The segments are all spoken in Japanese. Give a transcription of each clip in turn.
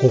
こ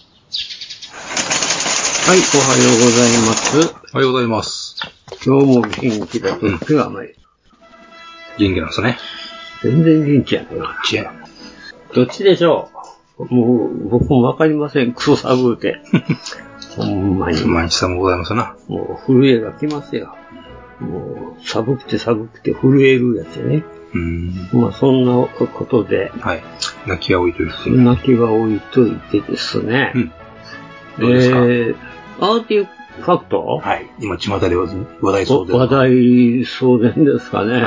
はい、おはようございます。おはようございます今日も元気だよ。手が甘い。元気なんですね全然元気やな。知恵などっちでしょうもう、僕もわかりません。クソ寒う て。ほんまに。毎日さんもございますなもう、震えが来ますよ。もう、寒くて寒くて震えるやつね。うーんまあ、そんなことで、はい泣きは多いということで泣きは置いといてですね。うん どうですかえー、アーティファクトはい今巷で話題そうです話題騒然ですかね。はい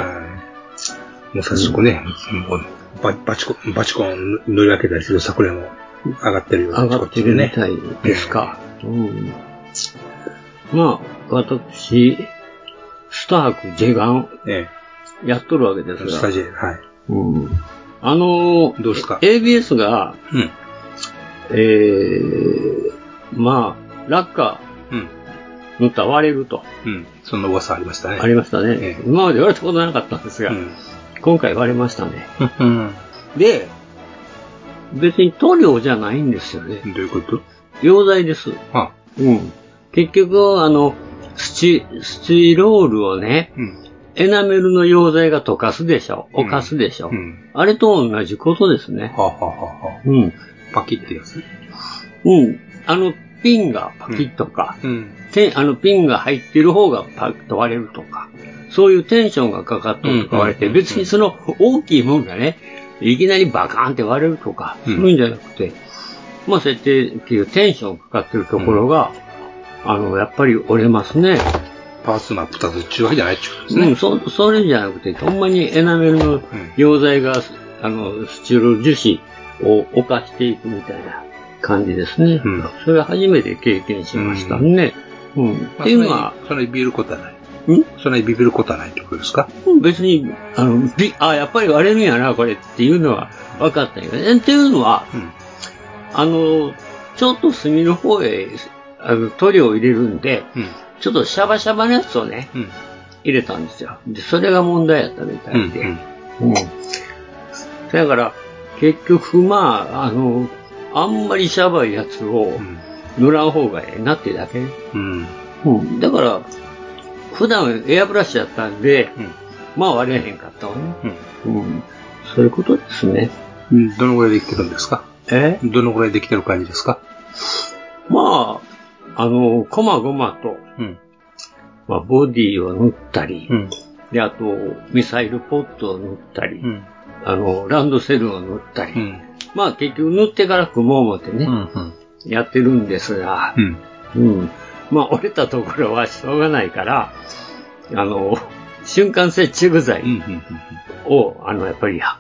もう早速ね、もうババチコン、バチコン塗り分けたりする昨年も上がってるような上がってるみたいですか。うん。まあ、私、スターク、ジェガン、えやっとるわけでえすスタが、ジオ、はい。うん。あのーどうですか ABS が、うん。えー、まあ、ラッカうん。ー、塗ったら割れると、うん。そんな噂ありましたね。ありましたね。ええ今まで言われたことなかったんですが、うん今回割れましたね。うん。で、別に塗料じゃないんですよね。どういうこと溶剤です。あ、うん。結局、あの、スチ、スチロールをね、うん。エナメルの溶剤が溶かすでしょ。うん溶かすでしょ。うん。あれと同じことですねは。あ、はあはあはうん。あ、パキってやつうん。あの、ピンがパキッとか、うん。てあの、ピンが入ってる方がパキッと割れるとか、そういうテンションがかかっとるとかうん割れて、うん別にその大きいもんがね、いきなりバカーンって割れるとか、うそんうんじゃなくて、まあ、設定っていうテンションかかってるところが、あの、やっぱり折れますね。パーツな二つ中和じゃないっちゅうことですうね。ん、そ、それじゃなくて、ほんまにエナメルの溶剤が、あの、スチロール樹脂を犯していくみたいな感じですね。うんそれは初めて経験しましたね。うん。っていうのは、まあ、そんなにビビることはない。んそんなにビビることはないってことですか別に、あの、び、あ、やっぱり割れるんやな、これっていうのは分かったんやけど、えっていうのは、うん。あの、ちょっと炭の方へ、あの、塗料を入れるんで、うん。ちょっとシャバシャバのやつをね、うん。入れたんですよ。で、それが問題やったみたういで。ん。うん。だから、結局、まあ、あの、あんまりシャバいやつをうん。塗らん方がええなってだけね。うん。うん。だから、普段エアブラシやったんで、うん。まあ割れへんかったわね。うん。うん。そういうことですね。うんどのぐらいできてるんですかえどのぐらいできてる感じですかまあ、あの、こまごまと、うん。まあ、ボディを塗ったり、うん。で、あと、ミサイルポットを塗ったり、うん。あの、ランドセルを塗ったり、うん。まあ結局塗ってから雲を持ってね、うん。やってるんですが、うん。うん。まあ、折れたところはしょうがないから、あの、瞬間接着うん。う剤ん。うんを、あの、やっぱり、あ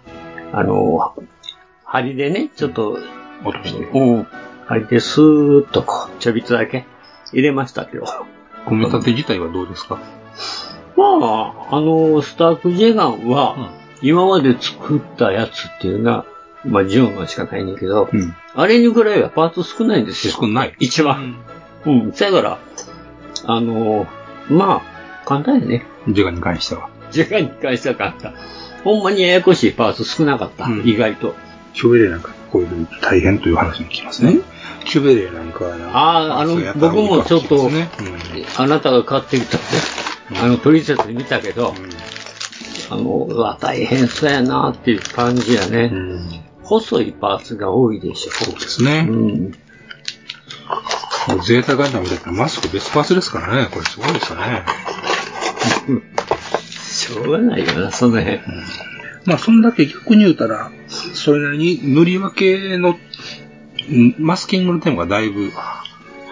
の、針でね、ちょっと、落として。うん、針でスーッとこう、ちょびっとだけ入れ ましたけど。組み立て自体はどうですかまあ、あの、スタークジェガンは、う今まで作ったやつっていうのは、まあ、10のしかないんだけど、ん。うん。あれに比べはパーツ少ないんですよ。少ない。一う番。ん。うん、だから、あの、まあ、簡単やね。ジェガに関しては。時間に返したかった。ほんまにややこしいパーツ少なかった。うん意外と。チュベレーなんかこういうの大変という話も聞きますね。チュベレーなんかはなあーあのそうやたら多いから僕もちょっと聞きますねあなたが買ってきたねうんあの、トリセツ見たけど、あの、うわ、大変そうやなっていう感じやね。うん。うん。細いパーツが多いでしそうょ。ですねう。ん。もうゼータガンダムだったらマスク別パースですからね。これすごいですね。しょうがないよな、その辺。まあ、そんだけ逆に言うたら、それなりに塗り分けの、んマスキングの手間がだいぶ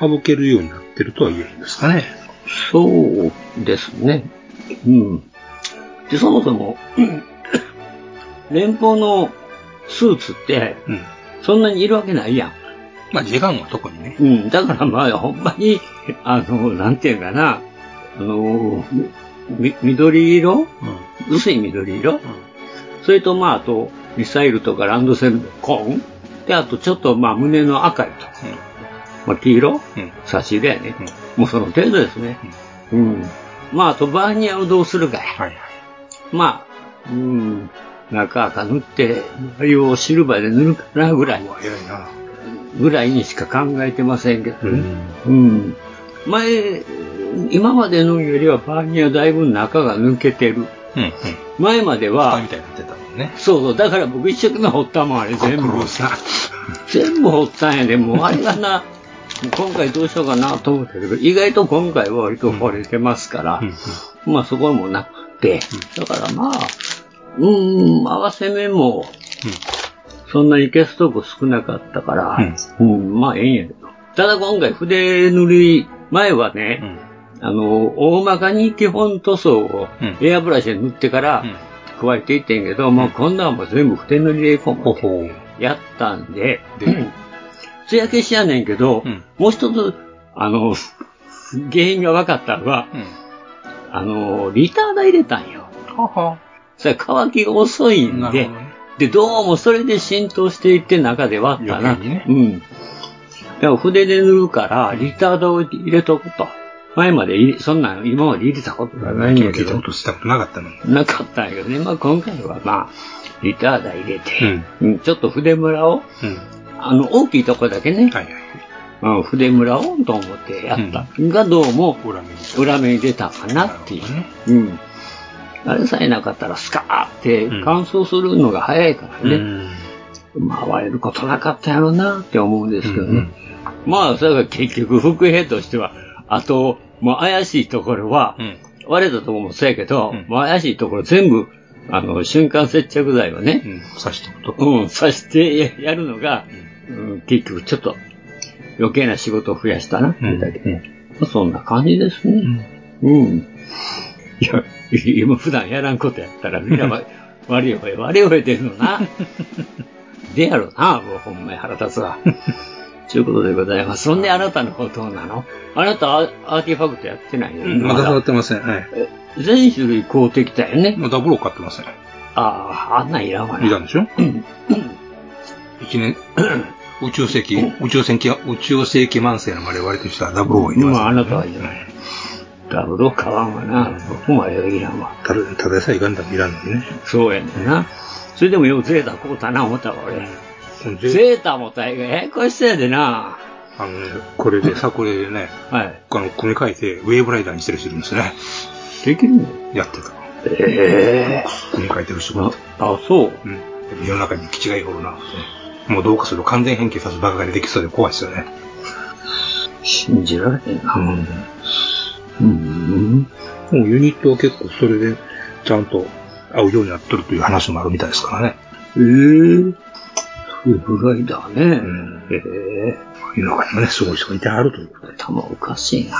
省けるようになってるとは言えるんですかね。そうですね。うん。で、そもそも、 連邦のスーツって、うん。そんなにいるわけないやん。まあ、時間は特にね。うん、だからまあ、ほんまに、あの、なんていうかな、あの、み緑色うん。うん。薄い緑色それとまあ、あと、ミサイルとかランドセルコーンで、あとちょっとまあ、胸の赤いとか、まあ、黄色うん。うん。差し入れやね。もうその程度ですね。うん。まあ、あと、バーニアをどうするかや。はいはい。まあ、うん、中赤塗って、周りをシルバーで塗るかなぐらい、偉いな。ぐらいにしか考えてませんけどうね。ん。うん。前、今までのよりはバーニアだいぶ中が抜けてる。うん。うん。前まであ、はみ、たいになってたもんね。そうそう、だから僕一生懸命掘ったもん、あれ全部。全部掘ったんやで、もうあれが な、今回どうしようかなと思ったけど、意外と今回は割と掘れてますから、うん。うん。まあそこもなくて、だからまあ、うーん、合わせ目もそんなに消すとこ少なかったから、うん、まあええんやけど。ただ今回筆塗り、前はね、うん。あの、大まかに基本塗装をうんエアブラシで塗ってからうん。加えていってんけど、もう今度はもう全部筆塗りでいこうほ思ってほう。やったんで、でうん艶消しやねんけど、うんもう一つ、あの、原因が分かったのは、うん。あの、リターダ入れたんよ。はは。それ乾きが遅いんなるでほど、ね。で、どうもそれで浸透していって中で割ったな。余計にねうん。でも筆で塗るから、リタードを入れとくと。前まで入れ、そんなん今まで入れたことがないんや聞けいたこど、としたことなかったのに。なかったんやけどね。まあ今回はまあ、リターダ入れて、うんちょっと筆ムラを、うん。あの、大きいとこだけね、はいはい。うん、筆ムラをと思ってやった。がどうも、裏目にした。裏目に出たかなっていう。なるうん。あれさえなかったらスカーって乾燥するのが早いからほどね。ね。うん。まあ、割れることなかったやろなって思うんですけどね。うんうんまあ、それが結局、副兵としては、あと、もう怪しいところは、うん。割れたところもそうやけど、うんもう怪しいところ全部、あの、瞬間接着剤をうね、ん。刺しておくと。うん、刺してややるのが、うん、結局ちょっと余計な仕事を増やしたな、うんみたいな。そんな感じですね。うん。いや、今普段やらんことやったら、みんな わ悪い声、悪い声出るのな。でやろな、もうほんまに腹立つわ。ということでございます。そんであなたの方どうなのあなたアアーティファクトやってないよ、うん。まだ触ってません。はい。全種類買うてきたよね。まだブロー買ってません。ああ、あんなんいらんわ見な。たんでしょ一年、 宇宙世紀、宇宙世紀、宇宙世紀慢性の我々としてはダブルを言います。まああなたはいいよねダブル買わんわな。僕もあれはいらんわ。ただ、ただでさえガンダムいらんのにね。そうやねんな。それでもようゼータ買うたな、思ったわ、俺。ぜゼータも大概ややこしそうやでな。あのね、これで、さ、これでね、はい。あの、組み替えて、ウェーブライダーにしてる人いるんですね。できるのやってた。ええ組み替えてる人あが。、あ、そう。うん。世の中に気違いほどな。もうどうかすると完全変形させるバカが出てきそうで怖いですよね。信じられへんな。ん。うん。もうユニットは結構それで、ちゃんと合うようになっとるという話もあるみたいですからね。ええー。フブライダーね。んええ世の中にもね、すごい人がいてはるということで。頭おかしいな。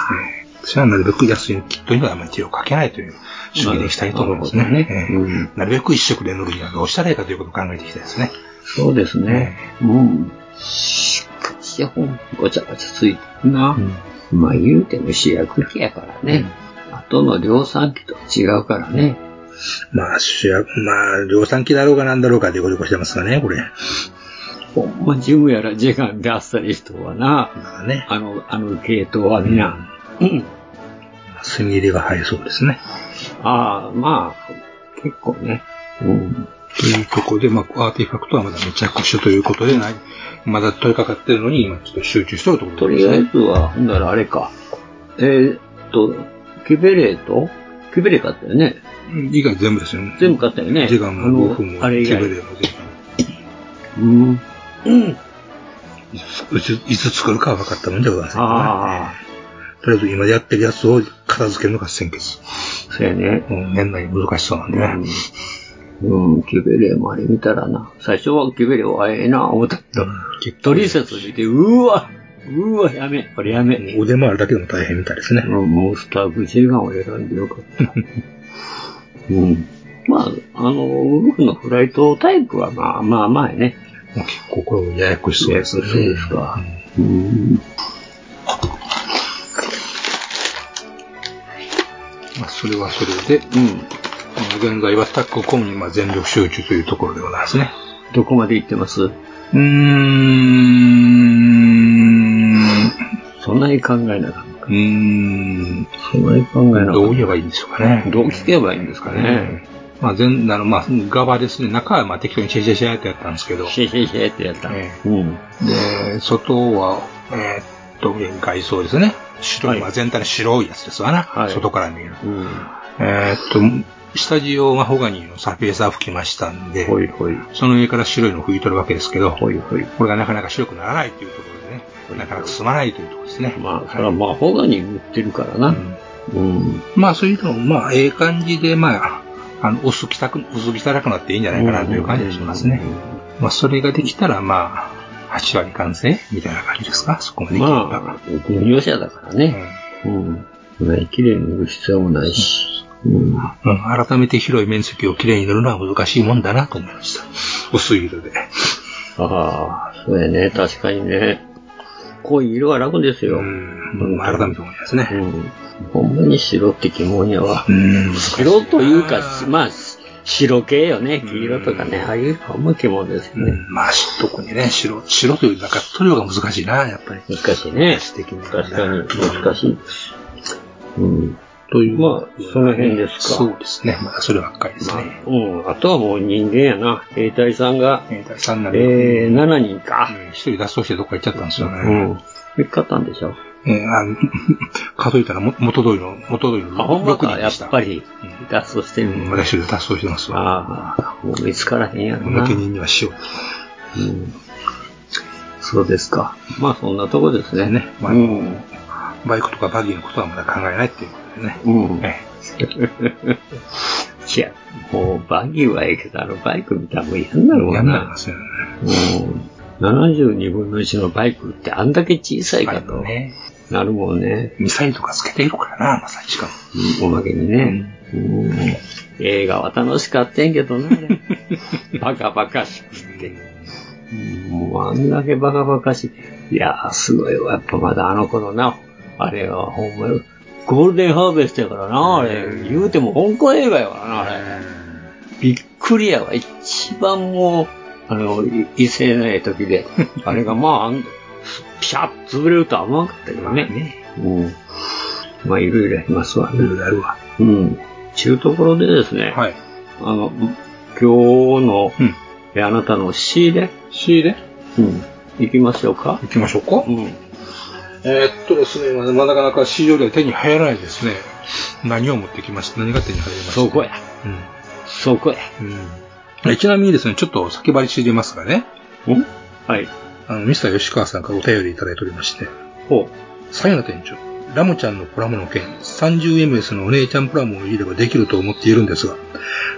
それはなるべく安いキットにはあまり手をかけないという主義でいきたいと思いますね。なるほどねええうんなるべく一色で塗るにはどうしたらいいかということを考えていきたいですね。そうですね。うん。しかし、ほん、ごちゃごちゃついてるな。まあ言うても主役機やからね。後の量産機とは違うからね。まあ、主役、まあ、量産機だろうがなんだろうかということをしてますがね、これ。ほんまジムやら時間であっさりしとはな。まあね、あの、あの系統は皆。うん。炭入れが入りそうですね。ああ、まあ、結構ね。うん。というところで、まあ、アーティファクトはまだ未着手ということでない。まだ取り掛かってるのに、今ちょっと集中してるところとりあえずは、ほんならあれか。えーっと、キュベレーとキュベレー買ったよね。うん以外全部ですよね。全部買ったよね。時間あもの5分も、あれ以気外。分うでも全ん。うん。部。うち、いつ作るかは分かったもんじゃございませんからああね。、とりあえず今やってるやつを片付けるのが先決。そうやね。うん、年内難しそうなんでね。うん、うんキュベレーもあれ見たらな。最初はキュベレーはええな、思ったけど。結構トリセツ見て、うーわ、うーわ、やめ、これやめ。腕回るだけでも大変みたいですね。 うんモンスターブジェガンを選んでよかった。うん。まあ、あの、ウルフのフライトタイプはまあまあまあやね。まあ、結構これもややこしそうやでやすこね。しそうですか。うん。まあ、それはそれで、うん。現在はタッグコムにまあ全力集中というところでございますね。どこまで行ってますうーん。そんなに考えなかっうーん。た。そんなに考えなかった。どう言えばいいんでしょうかね。どう聞けばいいんですかね。まあ、全、あの、まあ、ガバですね。中はまあ適当にシェシェシェってやったんですけど、シェシェシェってやった。えうん。で、外は、えーっと、外装ですね。白い、はいまあ全体の白いやつですわな。はい外から見える。うん。えーっと、スタジオはホガニーのサーフェイサー吹きましたんで、ほいほい。その上から白いのを拭い取るわけですけど、ほいほい。これがなかなか白くならないというところでね、なかなか進まないというところですね。まあ、それはまあ、ホガに売ってるからな。うんうん。まあそういうのも、まあええ感じで、まあ、あの、薄汚く、薄汚くなっていいんじゃないかなという感じがしますね。まあそれができたら、まあ、8割完成みたいな感じですかそこまでいければ。まあ、軍用車だからうね。んうん。そんなに綺麗に塗る必要もないし。うん。うん、改めて広い面積をきれいに塗るのは難しいもんだなと思いました。薄い色で。ああ、そうやね。確かにね。濃い色は楽ですよ。ううん。ん、まあ改めて思いますね。ほんまに白って疑問やわ。うん、白というか、まあ、まあ、し白系よね。黄色とかね。ああいうのはほんま疑問ですようね。ん、まあ、特にね、白、白というなんか塗料が難しいな、やっぱり。難しいね。的に確かに難しいです。うん。という。まあその辺ですかそうですね。まあ、そればっかりですまあね。、うん。あとはもう人間やな。兵隊さんが、えー、第3弾えー、7人か。うん一人脱走してどっか行っちゃったんですよね。うん。見っかったんでしょ。えーあの 数えたらも元通りの、元通りあ、ほのんま6か。人やでし。ったぱりうん、脱走してうるん、ね。私脱走してますわ。ああ、もう見つからへんやろな。抜け人にはしよう。うんそうですか。まあそんなとこですね。ねまあうん。バイクとかバギーのことはまだ考えないっていうことでね。うん。えいや、もうバギーはええけど、あのバイク見たらもう嫌になるえ、もやんんなりなま。すよね。うん。72分の1のバイクってあんだけ小さいあかととね、なるもんね。ミサイルとかつけているからな、まさにしかも。うんおまけにね。うん。映画は楽しかったんけどな、あ れバカバカしくって。もうあんだけバカバカしい。いやー、すごいわ。やっぱまだあの頃な、あれはほんまよ。ゴールデンハーベストやからな、あれ。言うても香港映画やからな、あれ。びっくりやわ。一番もう、あの、い威勢のええ時で。あれがまああん、ピシャッと潰れるとは思わなかったけどまあね。ね。うん。まあ、いろいろありますわい。ろいろあるわ。うん。ちゅうところでですね、はい。あの、今日の、うん。えあなたの仕入れ、仕入れうん、行きましょうか行。きましょうか。うん。えーっとですね、まあまあなかなか市場では手に入らないですね。何を持ってきました何が手に入りましたそこや。そこや。うん。うんえちなみにですね、ちょっと先張り知りますがね、うんはい。あの、ミスター吉川さんからお便りいただいておりまして、ほさよな店長、ラムちゃんのコラムの件、30ms のお姉ちゃんプラモを入れればできると思っているんですが、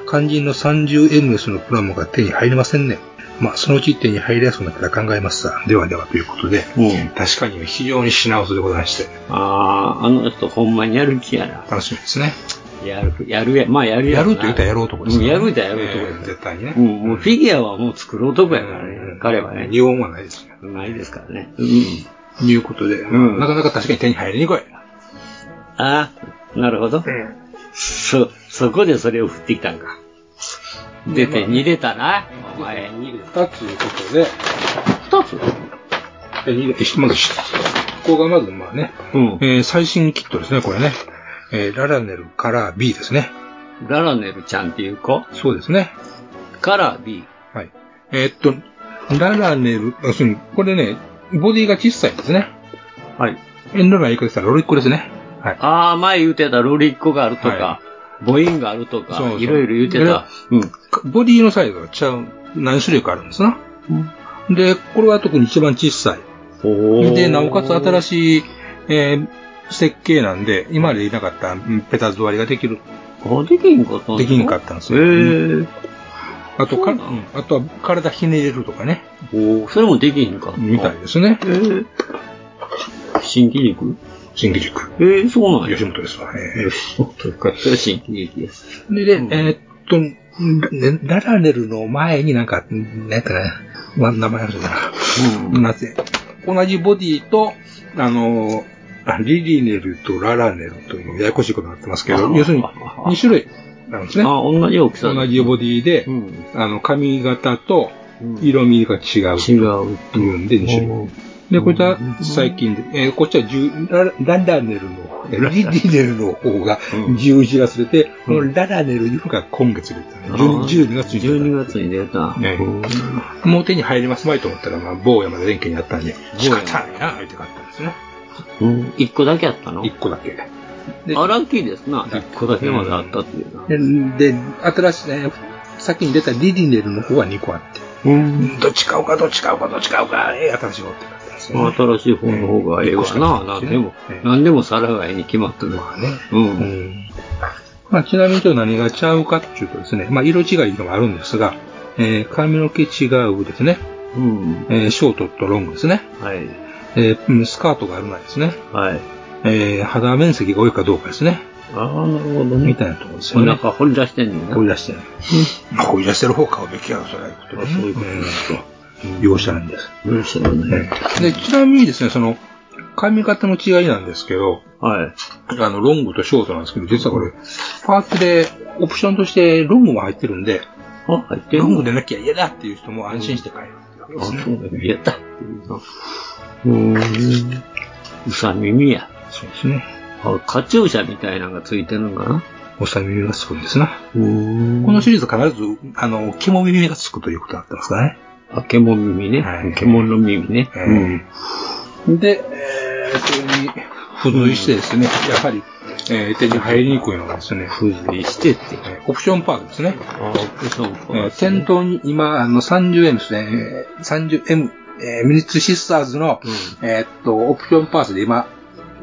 肝心の 30ms のプラモが手に入りませんね。まあ、そのうち手に入りやすくなったら考えますさ。ではではということで、う。うん。確かに非常に品薄でございまして、ああ、あの人ほんまにやる気やな。楽しみですね。やる、やるや、まあやるややるろって言ったらやろうとこですうんね。やるだやるとこやえー絶対にね。うん、もうフィギュアはもう作る男やからね、うん彼はね。日本はないですね。ないですからね。うん。ということで、うんなかなか確かに手に入りにくい。ああ、なるほど。そ、そこでそれを振ってきたんか。出て、に出たな。お前、に出二つということで、た。二つえ二つまず一つ、ここがまずまあね、うん。えー最新キットですね、これね。えーララネルカラー B ですね。ララネルちゃんっていう子そうですね。カラー B。はい。えーっと、ララネル、要するに、これね、ボディが小さいんですね。はい。エンドライクでしたらロリッコですね。はい。ああ、前言うてたロリッコがあるとはか、母音があるとかそうそ、ういろいろ言うてた。うボディのサイズがちゃう、何種類かあるんですな。ん。で、これは特に一番小さい。おで、なおかつ新い。しい、えー設計なんで、今までいなかったうんペタ座りができる、あ、できんかったできんかっったんですへよ。え。あとか、そうなのうんあとは体ひねれるとかね、おーそれもできひんかった。みたいですね。えー、新喜劇新規塾。えー、そうなんや。吉本ですわ。えよし。というか、それは新喜劇です。ーで、でうんえーっと、ねララネルの前になんか、ね、ってね、ま名前あるんだうんな。なぜ。同じボディと、あの、あリリネルとララネルという、ややこしいことになってますけあど、ー要するに、2種類なんですね。あ、同じ大きさ。同じボディでう、ん。あの、髪型とうん色味が違う。違う。というんで2種類。で、こういった最近で、えーこっちは10ラララネルの、えーラリリネルの方がうん11月出て、こうのララネルいうのが今月出たね。あ12 12月に出た。 12月に出た。ねうんもう手に入りますまいと思ったら、まあ、某山で連携にあったんで、仕山方ないな、言って買ったんですね。うん。1個だけあったの1個だけ。で、あ、ラッキーですな。ラッキー1個だけまであったっていうな。でで新しい、えー先に出たリリネルの方は2個あって、うんどっち買おうか、どっち買おうか、どっち買おうか、えー新しい方って買ったんですよね。新しい方の方がええわな。うん何でもうん、何でも皿がええに決まってる。まあね。うん。まあ、ちなみにちょっと何がちゃうかっていうとですね、まあ、色違いのもあるんですが、えー髪の毛違うですね、うん。えーショートとロングですね、はい。えーうんスカートがあるないですね、はい。えー肌面積が多いかどうかですね、ああ、なるほどみね。たいなところですおよね。腹掘り出してんねんな。掘り出してる。まあ、掘り出してる方かべきやろ、それはいうことあそういうことですか。容赦なんです。どうしたらね。で、ちなみにですね、その、髪型の違いなんですけど、はい。あの、ロングとショートなんですけど、実はこれ、パーツで、オプションとしてロングが入ってるんで、あ、入ってるロングでなきゃ嫌だっていう人も安心して帰るってわけであ、すね。そうだね。やったっていうな。うーん。うさ耳や。そうですね。あ、カチューシャみたいなのがついてるのかな。おさ耳がつくんですな。うーんこのシリーズ必ず、あの、肝耳がつくということになってますからね。あ、獣耳ね。はい獣の耳ね。うん。で、えー、それに付随してですね、やはり、えー手に入りにくいのがですね、付随してって。えーオプションパーツですね。あ、えー店頭に今、あの、30M ですね、えー 30M、えーミニッツシスターズの、えーっと、オプションパーツで今、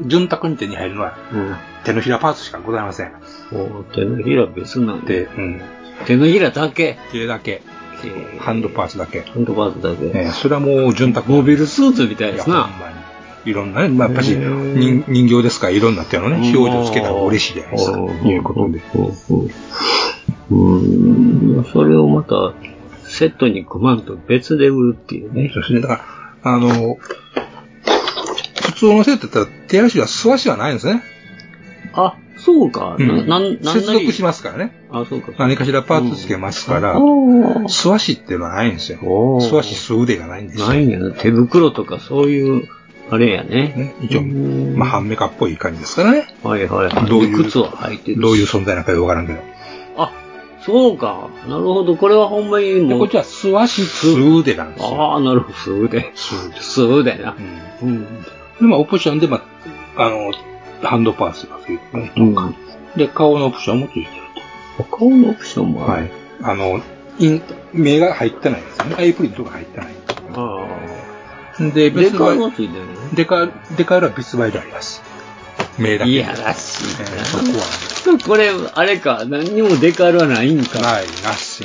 潤沢に手に入るのは、うん。手のひらパーツしかございません。うん。お手のひら別なんで、で。うん。手のひらだけ。手だけ、えーハンドパーツだけ。ハンドバーズだけ。えーそれはもう潤沢。モビルスーツみたいいでやすほんな。まにいろんなね、まあ、やっぱしうん人人形ですから、いろんなっていうのね、表情つけたら嬉しいじゃないですか。おーいうことで。。うん。うんそれをまた、セットに組まんと別で売るっていうね。そうですね。だから、あの、普通のセットだったら手足は素足はないんですね。あ、そうか。う、なんなん、なんな接り続しますからね。あ、そうか。何かしらパーツつけますから、おー素足っていうのはないんですよ。おー素足、素腕がないんですよ。ないんやな。手袋とかそういう、あれやね。ね、一応、うんまあ、半メカっぽい感じですからね。はいはいはい。どういう靴は履いてるしどういう存在なのかよくわからんけど。あ、そうか。なるほど。これはほんまにで、もこっうち。は素足、素腕なんですよ。ああ、なるほど。素腕。素腕。素腕なう。んうん。で、まあ、オプションで、まあ、あの、ハンドパースがついてるうん。で、顔のオプションもついてるお顔のオプションと。もある。。あの、イン、目が入ってないですね。アイプリントが入ってない。あで、あ。で、別顔売が、ついてるね。デカ、デカールは別売であります。目だけ。いやらしえーそこいな。これ、あれか。何にもデカールはないんか。は、ない、なし。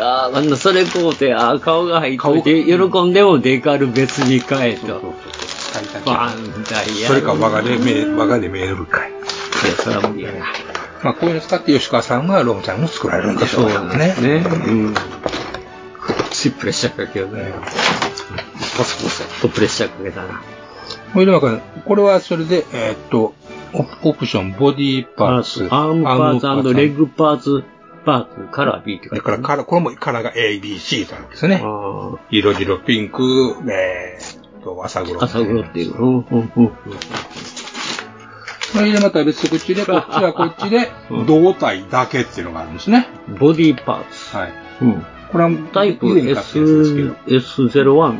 ああ、あんなそれこうて、ああ、顔が入っといて、顔喜んでもデカール別に変えそうそうそと。う。使いたバき。ンダイヤ。それか、我がで、目、我がで目の深い。いや、それは無理やな。まあ、こういうの使って吉川さんがロムちゃんを作られるんでしょそううなんですね。。うん。こっちプレッシャーかけようね。ポソポソっとプレッシャーかけたな。これでわかるこれはそれで、えーっと、オオプション、ボディパーツ、アームパーツアームレッ。グパーツ、パーツ、カラー B って書だいてかあらる。カラー、これもカラーが A、B、C とあるんですね。あ色白、ピンク、えーっと、朝黒。あ、朝黒っていう。うんうんうん。それでまた別口 で、こっちはこっちでうん、胴体だけっていうのがあるんですね。ボディーパーツ。はい。うん。これは、タイプ以前買ったやつですけど S、S01。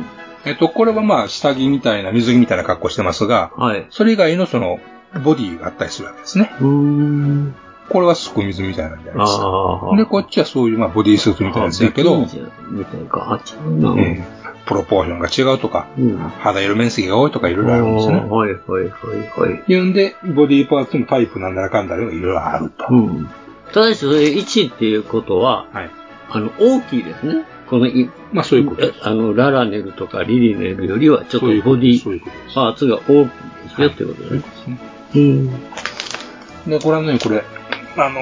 えっと、これはまあ、下着みたいな、水着みたいな格好してますが、はい。うそれ以外のその、ボディがあったりするわけですね。ーん。これはすく水みたいなんじゃないですか。ああ。で、こっちはそういう、まあ、ボディスーツみたいなやつだけあどビ、キニじゃみたいか。あ、違うな。ううんん。プロポーションが違うとか、うん。肌色面積が多いとかいろいろあるんですあーね。はいはいはいはい。いうんで、ボディパーツのタイプなんだらかんだらいろいろあると。うん。ただし、それ1っていうことは、はい。あの、大きいですね。このい、まあそういうことです。あの、ララネルとかリリネルよりは、ちょっとそういうこボとデですィそういうことです。パーツが大きいですよってことですね。うん。で、ご覧のようにこれ、あの、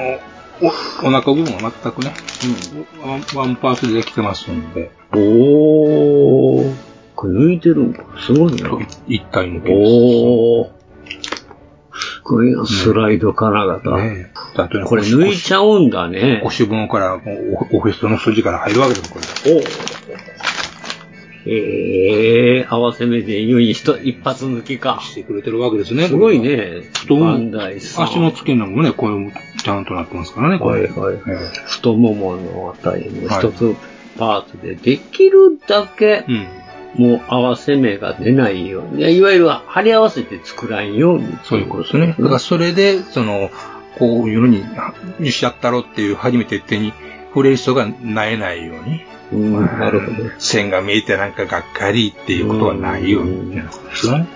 おお腹部分は全くね、ワンワンパーツでできてますんで、うん。おー。これ抜いてるんか。すごいな。一体のです。おー。すごいな、スライド金型。ねえ。だってねこれ抜いちゃうんだね。腰分から、もうオフィスの筋から入るわけですよ、これ。おへえ、合わせ目で優に一一発抜きか。してくれてるわけですね。すごい。ね。太バもンもダイ、さん。足の付け根もね、これちゃんとなってますからね、こはれ。いはいえ太もものあたりの一つパーツで、できるだけえうん。もう合わせ目が出ないように、いわゆる貼り合わせて作らんように。そういうことですね。だからそれで、その、こういうのに、にしちゃったろっていう、初めて手に触れる人がなえないように。うん、なるほど。線が見えてなんかがっかりっていうことはないように、みたいなことですね。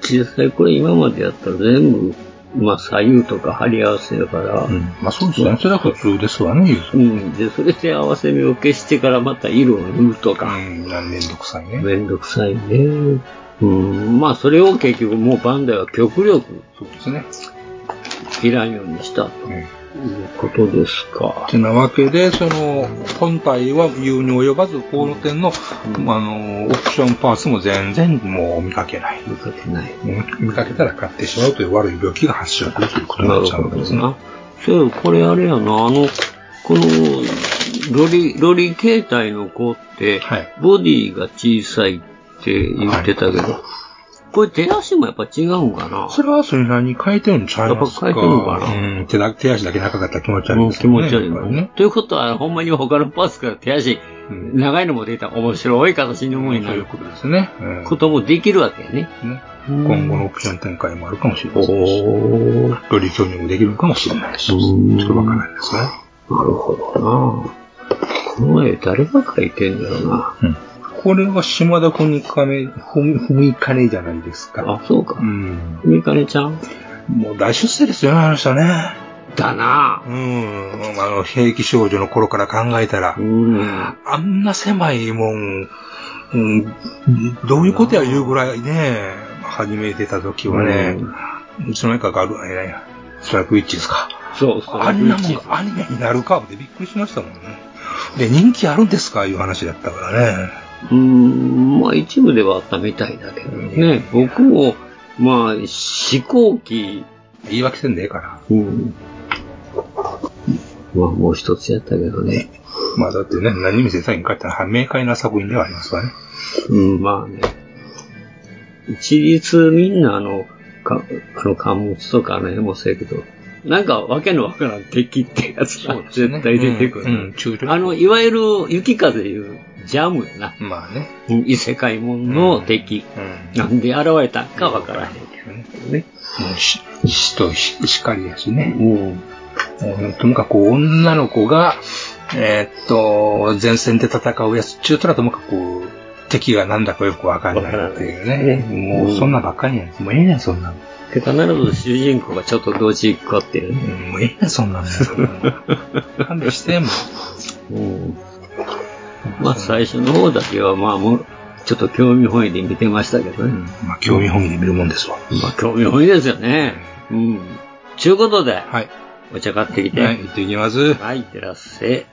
実際これ今までやったら全部、まあ左右とか貼り合わせだから、うん。まあそうですね。それは普通ですわね、言うとうん。で、それで合わせ目を消してからまた色を塗るとうか、ん。めんどくさいね。めんどくさいね。うん。まあ、それを結局もうバンダイは極力そうですね。いらんようにしたとうんいうことですか。てなわけで、その、本体は言うに及ばず、この点の、うんあの、オプションパーツも全然もう見かけない。見かけない。うん見かけたら買ってしまうという悪い病気が発症するということにななっるちゃうほわけでどすね。な。そう、これあれやな、あの、この、ロリ、ロリ形態の子って、はいボディが小さいって言ってたけど、これ手足もやっぱ違うんかなそれはそれなりに変えてるんちゃいますかやっぱ変えてるのかなうん手だ手足だけ長かったら気持ち悪ういんです気けど持ね。ち悪いやっぱのりねということは、ほんまに他のパーツから手足、うん長いのも出たら面白い形のものにそなういうることですね。うんこともできるわけやね。ね今後のオプション展開もあるかもしれませんし、おーより興味もできるかもしれないし、ちうんょっとわからないですね。なるほどなこの絵誰が描いてんだろうな。うんこれは島田文金、文文金じゃないですか。あ、そうかう。ん。みかねちゃんもう大出世ですよね、あの人ね。だなうん。あの、兵器少女の頃から考えたらう、ん。あんな狭いもん、うん、どういうことや言うぐらいね、初めてた時はね、その中がある、えーストライクウィッチですか。そうそう。あんなもんがアニメになるかってびっくりしましたもんね。で、人気あるんですかいう話だったからね。うん、まあ一部ではあったみたいだけどね。僕も、まあ、思考期、言い訳せんでええから。うん。まあもう一つやったけどね。まあだってね、何見せたいんかってのは明快な作品ではありますわね。うん、まあね。一律みんなあの、かあの、関物とかあの辺もそうやけど、なんかわけのわからん敵ってやつが絶対出てくうん、うんる。中途あの、いわゆる雪風いうジャムやな。まあね。異世界もんの敵。うん。なんで現れたんかわからへんけねどね。もうし、死とししかりやしね。うん。もうともかく女の子が、えーっと、前線で戦うやつ、中途はともかく敵がなんだかよくわかんないっていうね。わからないもうそんなばっかりやん。もうええねん、そんなん。で、必ず主人公がちょっとドジっ子っていううね。んもうええねん、そんなん。 勘弁して、もう。うん。まあ最初の方だけはまあもう、ちょっと興味本位で見てましたけどね。まあ、興味本位で見るもんですわ。まあ、興味本位ですよね。うん。ちゅうことで、はい。お茶買ってきて。はい、行ってきます。はい、いってらっせい。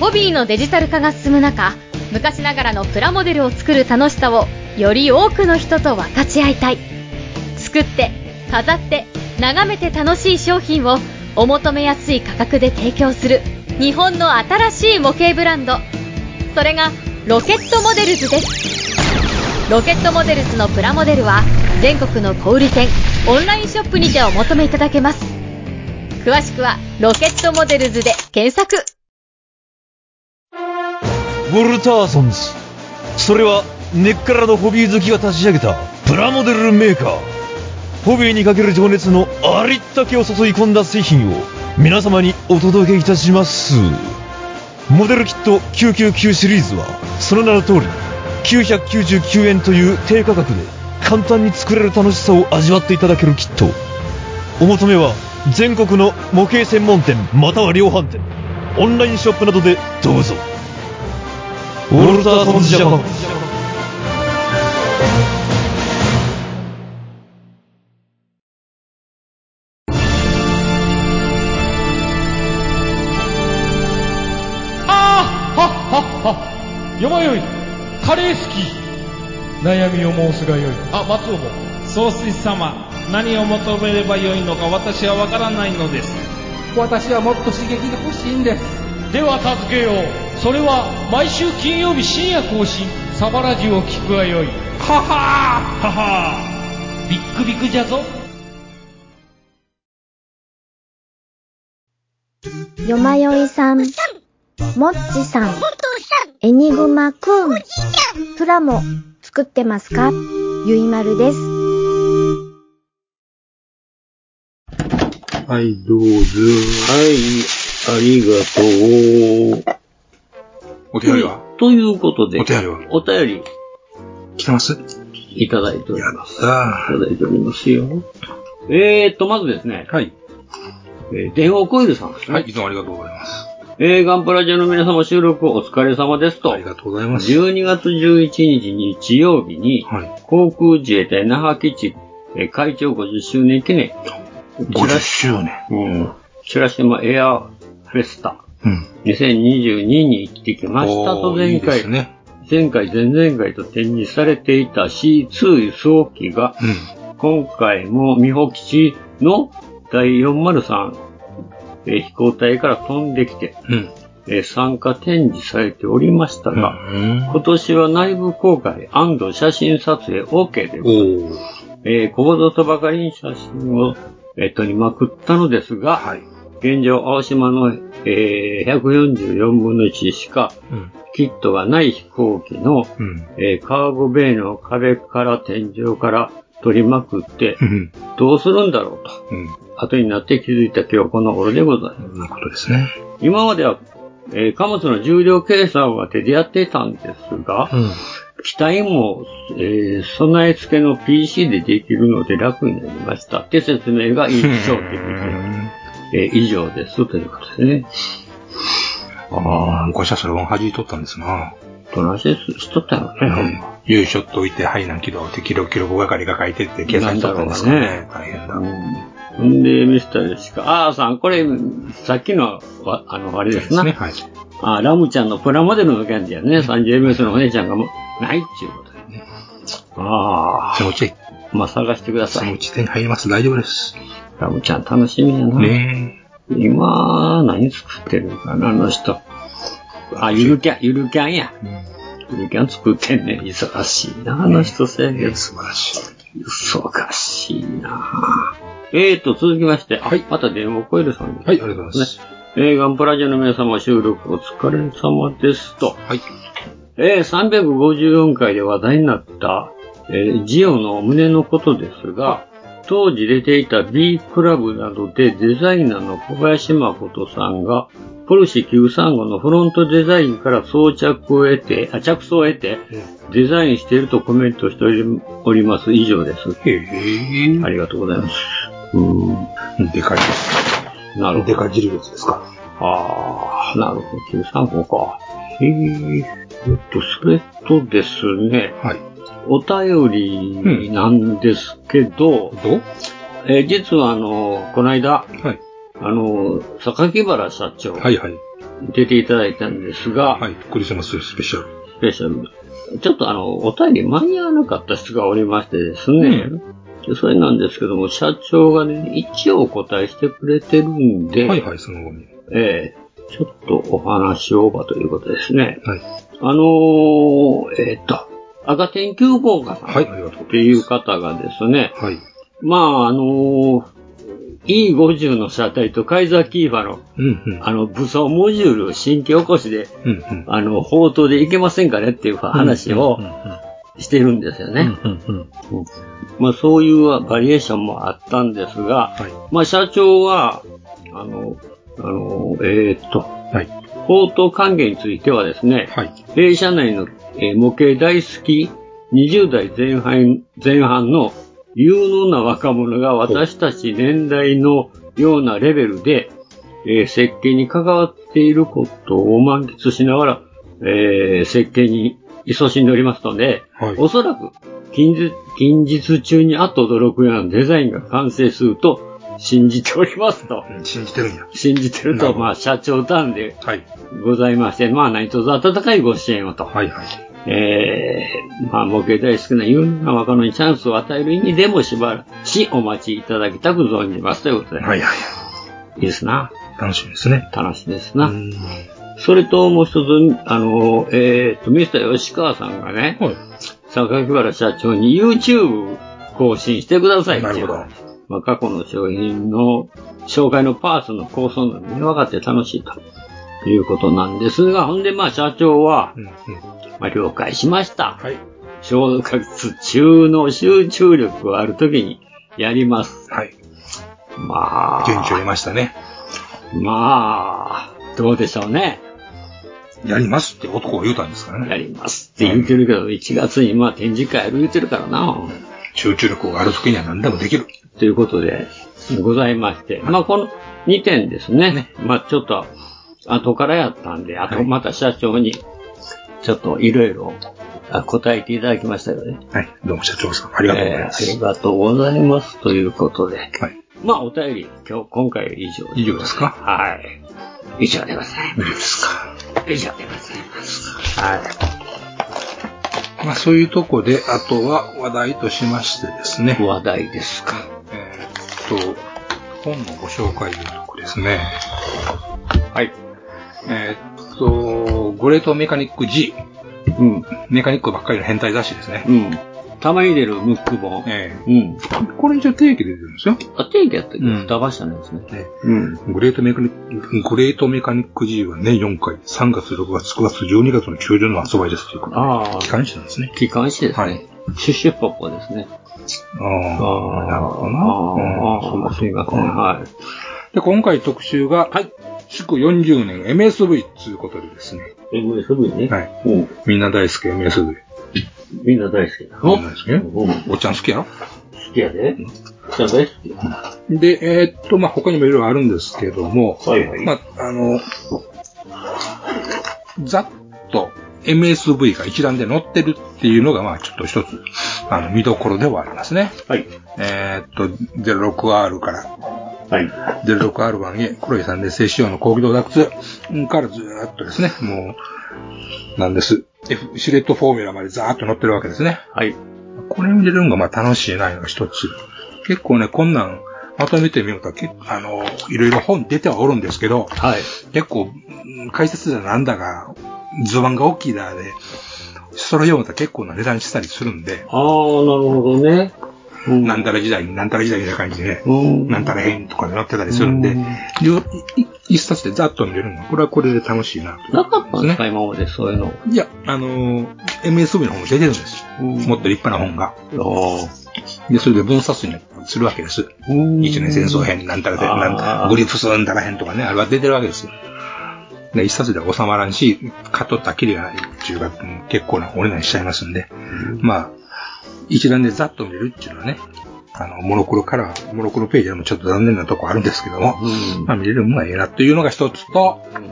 ホビーのデジタル化が進む中昔ながらのプラモデルを作る楽しさをより多くの人と分かち合いたい作って飾って眺めて楽しい商品をお求めやすい価格で提供する日本の新しい模型ブランドそれがロケットモデルズですロケットモデルズのプラモデルは全国の小売店オンラインショップにてお求めいただけます詳しくは「ロケットモデルズ」で検索ウォルターソンズそれは根っからのホビー好きが立ち上げたプラモデルメーカーホビーにかける情熱のありったけを注ぎ込んだ製品を皆様にお届けいたしますモデルキット999シリーズはその名の通り999円という低価格で簡単に作れる楽しさを味わっていただけるキットお求めは全国の模型専門店または量販店オンラインショップなどでどうぞウォルターソンズジャパンよまよいカレー好き悩みを申すがよいあ松尾も総帥様何を求めればよいのか私は分からないのです私はもっと刺激が欲しいんですでは助けようそれは毎週金曜日深夜更新サバラジを聞くがよいははははビックビックじゃぞよまよいさん、もっちさん、エニグマくん、プラモ作ってますかゆいまるです。はい、どうぞ。はい、ありがとう。お手洗いはということで、お手洗いはお便来てますやりいただいております。ったいただいておりますよ。えーと、まずですねー。、はい。えー電話コイルさんですね。はい、いつもありがとうございます。えー、ガンプラジオの皆様収録お疲れ様ですとあり。がとうございます。 12月11日日曜日に、はい。航空自衛隊那覇基地、えー開庁50周年記念、 50周年。うん、チラシマエアフェスタうん。 2022に行ってきましたとおーい前いで回、すね。前回前々回と展示されていた C2 輸送機が、うん。今回も美保基地の第403、えー飛行隊から飛んできて、うん。えー参加展示されておりましたが、うん今年は内部公開写真撮影 OK で、おー。えー、ここぞとばかりに写真を、えー撮りまくったのですが、はい。現状青島の、えー144分の1しかうん。キットがない飛行機の、うん。えーカーゴベイの壁から天井から撮りまくってう、ん。どうするんだろうと。うん。後になって気づいた今日この頃でございます。そんなことですね。今までは、えー貨物の重量計算は手でやっていたんですが、ん。機体も、えー備え付けの PC でできるので楽になりましたって説明が印象的でえー以上ですということですね。ああ、昔はそれを弾いとったんですな。どないしてしとったよね、ほんま。優勝といて、はい、何キロって記録記録係が書いてって計算しとったんですかなんね。大変だ。ほんで、ミスターヨシカ。あーさん、これ、さっきのは、あの、あれですな。ね、はい。あーラムちゃんのプラモデルの件だよね。30ms のお姉ちゃんがもうないっていうことだよね。あそのうち、あ、まあ、探してくだそさのうい。ち手に入ります。大丈夫です。ラムちゃん楽しみやな。ね今、何作ってるかな、あの人。あ、ゆるキャン、ゆるキャンや。え。うんゆるキャン作ってんねん。忙しいな、あの人せやけど素晴らしい。忙しいなえーと、続きまして、はい、また電話を超えるさんです。はい、ありがとうございます。えー、ガンプラジオの皆様収録お疲れ様ですと。はい。えー、354回で話題になった、えージオの胸のことですが、当時出ていた B クラブなどでデザイナーの小林誠さんが、ポルシェ935のフロントデザインから装着を得て、あ、着想を得て、デザインしているとコメントしております。以上です。へえ。ありがとうございます。うーでかいです。ん、なるほでど。かい汁物ですか。ああ、なるほど。935か。へえ。えっと、それとですね、はい。お便りなんですけど、どうえー実はあの、この間、はい。あの、榊原社長、はいはい。出ていただいたんですが、はい。クリスマススペシャル。スペシャル、ちょっとあの、お便り間に合わなかった人がおりましてですね、でそれなんですけども、社長がね、一応お答えしてくれてるんで、はいはい、その後に。えーちょっとお話しようかということですね。はい。あのー、えーっと、赤天急降下さんはい、っありがとうごてざいいう方がですね、ます。はい。まあ、あのー、E50 の車体とカイザーキーファの、うんうん。あの、武装モジュールを新規起こしで、うんうん。あの、砲塔でいけませんかねっていう話をしてるんですよね。うんうん。まあ、そういうバリエーションもあったんですが、はい。まあ、社長は、あの、あの、えーっと、はい。砲塔関係についてはですね、はい。弊社内の、えー模型大好き20代前半前半の有能な若者が私たち年代のようなレベルで、えー設計に関わっていることを満喫しながら、えー設計に勤しんでおりますので、はいおそらく近日近日中にあっと驚くようなデザインが完成すると信じておりますと。うん信じてるんや。信じてなるると、ほどまあ、社長なんではい。ございまして、まあ、何卒温かいご支援をと。はいはい。えー、まあ、模型大好きな有名な若者にチャンスを与える意味でもしばらしお待ちいただきたく存じますということで。。はいいはい。いですな。楽しみですね。楽しいですうな。ん。それともう一つ、あの、えー、と、ミスター吉川さんがね、はい。榊原社長に YouTube 更新してくださいっていう。なるほどまあ、過去の商品の紹介のパーツの構想が見分かって楽しいと。いうことなんですが、ほんで、まあ、社長はう、んうん。まあ、了解しました。はい。消化中の集中力があるときにやります。はい。ま元気を得あ、ましたね。まあ、どうでしょうね。やりますって男が言うたんですからやね。りますって言ってるけど、1月にまあ展示会やる言ってるからな。集中力がある時には何でもできる。ということで、ございまして。まあ、この2点ですね。まあ、ちょっと、後からやったんで、あはといまた社長に、ちょっといろいろ答えていただきましたけどね。はい。どうも社長さん、ありがとうございまえーあすり。がとうございます。ということで。はい。まあ、お便り、今日、今回は以上以上ですかはい。以上でございいいですか。ます。以上でございます。はまあそういうとこで、あとは話題としましてですねい。。話題ですか。えーっと、本のご紹介というとこですね。はい。えーっと、グレートメカニック G。うん。メカニックばっかりの変態雑誌ですね。うん。たまに出るムック本。えうん。えこれ一応定期で出てるんですよ。あ、定義やったけど、うん双葉社のやつね。えうん。グレートメカニック、グレートメカニック G は年4回、3月、6月、9月、12月の中旬の発売ですということでああ機関誌なんですね。機関誌ですね。はいシュッシュッポッポですね。ああ、なるほどな。ああ、うんそうか、すいません。うんはい。で、今回特集が、祝40年 MSV ということでですね。 MSV ね。。はいい。みんな大好き MSV。みんな大好きだみんな大好きねお好おっちゃん好きやろきやで。おっちゃん大好きや。で、えーっと、まあ、他にもいろいろあるんですけども、はいはいまあ、あの、ざっと MSV が一覧で載ってるっていうのが、まあ、ちょっと一つ、あの、見どころではありますね。はい。えーっと、06R から、はい。 06R1 へ、黒井さんで静仕様の高機動ダックスうんからずーっとですね、もう、なんです。F、シルエットフォーミュラまでざーっと載ってるわけですね。はい。これ見れるのがまあ楽しいな、いうのが一つ。結構ね、こんなん、まとめてみようと、結構あの、いろいろ本出てはおるんですけど、はい。結構、うん解説だなんだが、図版が大きいだで、それ読むと結構な値段したりするんで、ああ、なるほどね。うんなんたら時代に、なんたら時代みたいな感じでね、うん。なんたら編とかになってたりするんでうん、両い一冊でざっと見れるの、これはこれで楽しいなと。なかったんですか、今までそういうの。いや、あのー、MSV の本も出てるんですよ。うんもっと立派な本が。あで、それで分冊にするわけです。あ。うん一年戦争。編、なんたらで、あーなんグリフスんだら編とかね、あれは出てるわけですよ。で一冊では収まらんし、買っとったらきりがないっていうか、うん結構なお値段しちゃいますんで、まあ、一覧でざっと見るっていうのはね、あの、モノクロカラー、モノクロページでもちょっと残念なとこあるんですけども、うん。まあ見れるものはええなっていうのが一つと、うん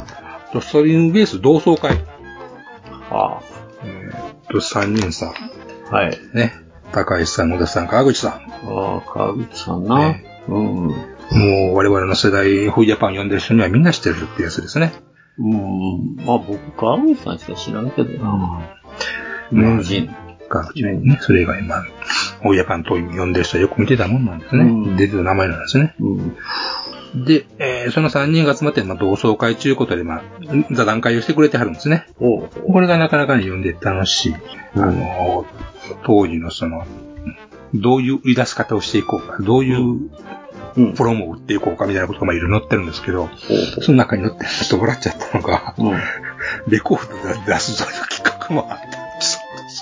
とストリームベース同窓会、あえー、と、三人さあ。はい。ん、ね、高橋さん、野田さん、川口さん、ああ、川口さんな。ねうん。もう我々の世代、ホイジャパン読んでる人にはみんな知ってるってやつですね。うん。まあ僕、川口さんしか知らないけどな。名人。が、ね、それ以外、まあ、ホイジャパンと読んでる人はよく見てたもんなんですね。うん出てた名前なんですね。うん。で、えーその3人が集まって、まあ、同窓会ということで、まあ、座談会をしてくれてはるんですね。おう。これがなかなかに読んで楽しい。うんあの、当時のその、どういう売り出し方をしていこうか、どういううん。プロモを売っていこうかみたいなことがまあいろいろ載ってるんですけど、おうその中に載ってるのちょっと笑っちゃったのが、うん。レコードで出すそういう企画もあったんです。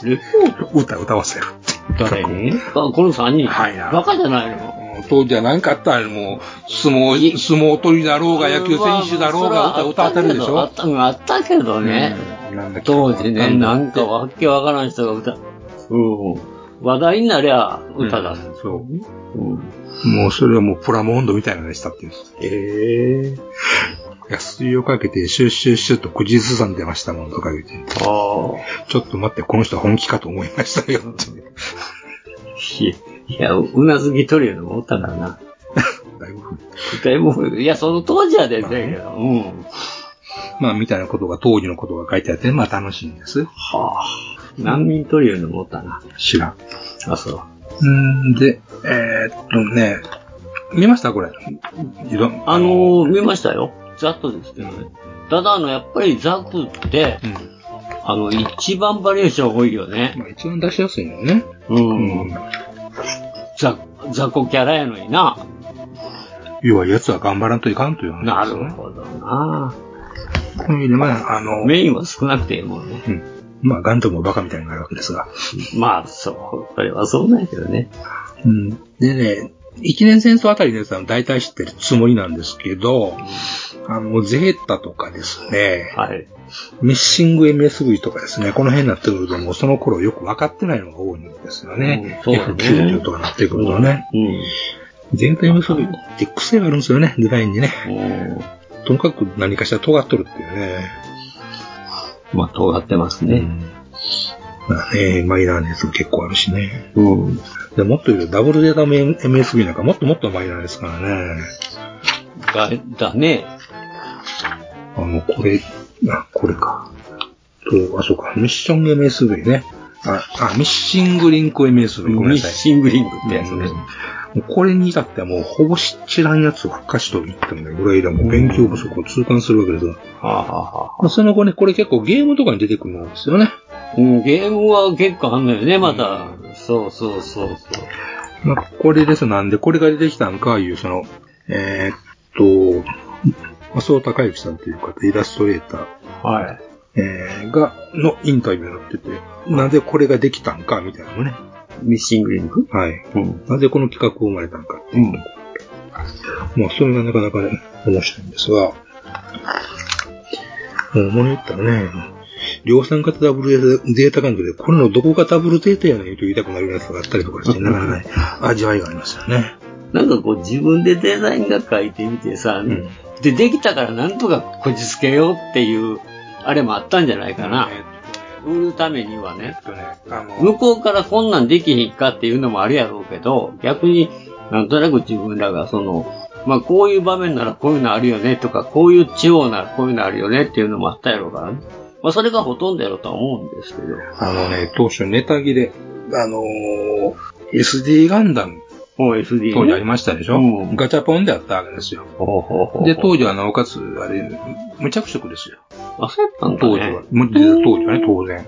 レコード歌歌わせるっていう企誰画も。にあ、この3人。はいなバカじゃないのうん当時は何かあったらもう、相撲、相撲取りだろうが、野球選手だろうが、歌歌ってるでしあょったあったけどね。うんなんだっけ当時ね、だなんかわけわからん人が歌、うん。話題になりゃ歌だ。うんそう。うん。もうそれはもうプラモンドみたいなのでしたっていうんです。ええ安いをかけて、シュッシュッシュッと口ずさんでましたもんとか言って、ああ。ちょっと待って、この人は本気かと思いましたよって。いや、うなずき取るようなもんおったからな。だいぶ古い。でも、いや、その当時は全然やけど、うん。まあ、みたいなことが、当時のことが書いてあって、まあ楽しいんです。はあ。難民取り寄るの持ったな。知らん。あ、そう。うんで、えーっとね、見ましたこれ。いろあのー、見ましたよ。ざっとですけどね。ただ、あの、やっぱりザクって、うん。あの、一番バリエーション多いよね。まあ、一番出しやすいのよね。う。うんザ、ザコキャラやのにな。要は、奴は頑張らんといかんという話なですよるね。ほどな。こういう意味で、まあ、あの、メインは少なくていいもんね。うん。まあ、ガンダムもバカみたいになるわけですが。まあ、そう。それはそうなんやけどね。うん。でね、一年戦争あたりのやつは大体知ってるつもりなんですけど、あの、ゼータとかですね、はい。ミッシング MSV とかですね、この辺になってくるともうその頃よく分かってないのが多いんですよね。うんそうだね F90 とかなってくるとね。うゼータ MSV って癖があるんですよね、デザインにね。ん。もとにかく何かしら尖っとるっていうね。う、まあ、尖ってますうね。ん。まあね、マイナーなやつも結構あるしね。うん。でもっと言うと、ダブルデータ MSV なんかもっともっとマイナーですからね。だ、だね。あの、これ、あ、これか。と、あ、そうか、ミッション MSV ね。あ、あミッシングリンク MSV、ごめんミッなさい。シングリングってやつね。もうこれに至ってはもうほぼ知らんやつばっかしと言ってもね、ぐらいでもう勉強不足を痛感するわけですが。はあ、はあはあ、まあ、その後ね、これ結構ゲームとかに出てくるんですよね。うん、ゲームは結構あんのよね、また。そうそうそうそう。まあ、これです。なんで、これが出てきたのか、いう、その、えーっと、麻生隆之さんという方、イラストレーター、はい。えーが、のインタビューになってて、なぜこれができたんか、みたいなのね。ミッシングリングはい。うん。なぜこの企画が生まれたのかってういん。う。まあ、それがなかなかね、面白いんですが、もう、物言ったらね、量産型ダブルデータ感覚で、これのどこがダブルデータやねんと言いたくなるようなやつがあったりとかして、なかなかね、味わいがありますよね。なんかこう自分でデザインが書いてみてさ、んで、できたからなんとかこじつけようっていう、あれもあったんじゃないかな。売るためにはね。とね、あの、向こうからこんなんできひんかっていうのもあるやろうけど、逆になんとなく自分らがその、まあこういう場面ならこういうのあるよねとか、こういう地方ならこういうのあるよねっていうのもあったやろうからね。まあそれがほとんどやろうとは思うんですけど。あのね、当初ネタ切れ、あのー SD ガンダム、 OSD 当時ありましたでしょ、うんガチャポンであったわけですよ。ほうほうほうで、当時はなおかつ、あれ、無着色ですよ。あ、そうやったんだ、ね。当時は。もう当時はね、当然。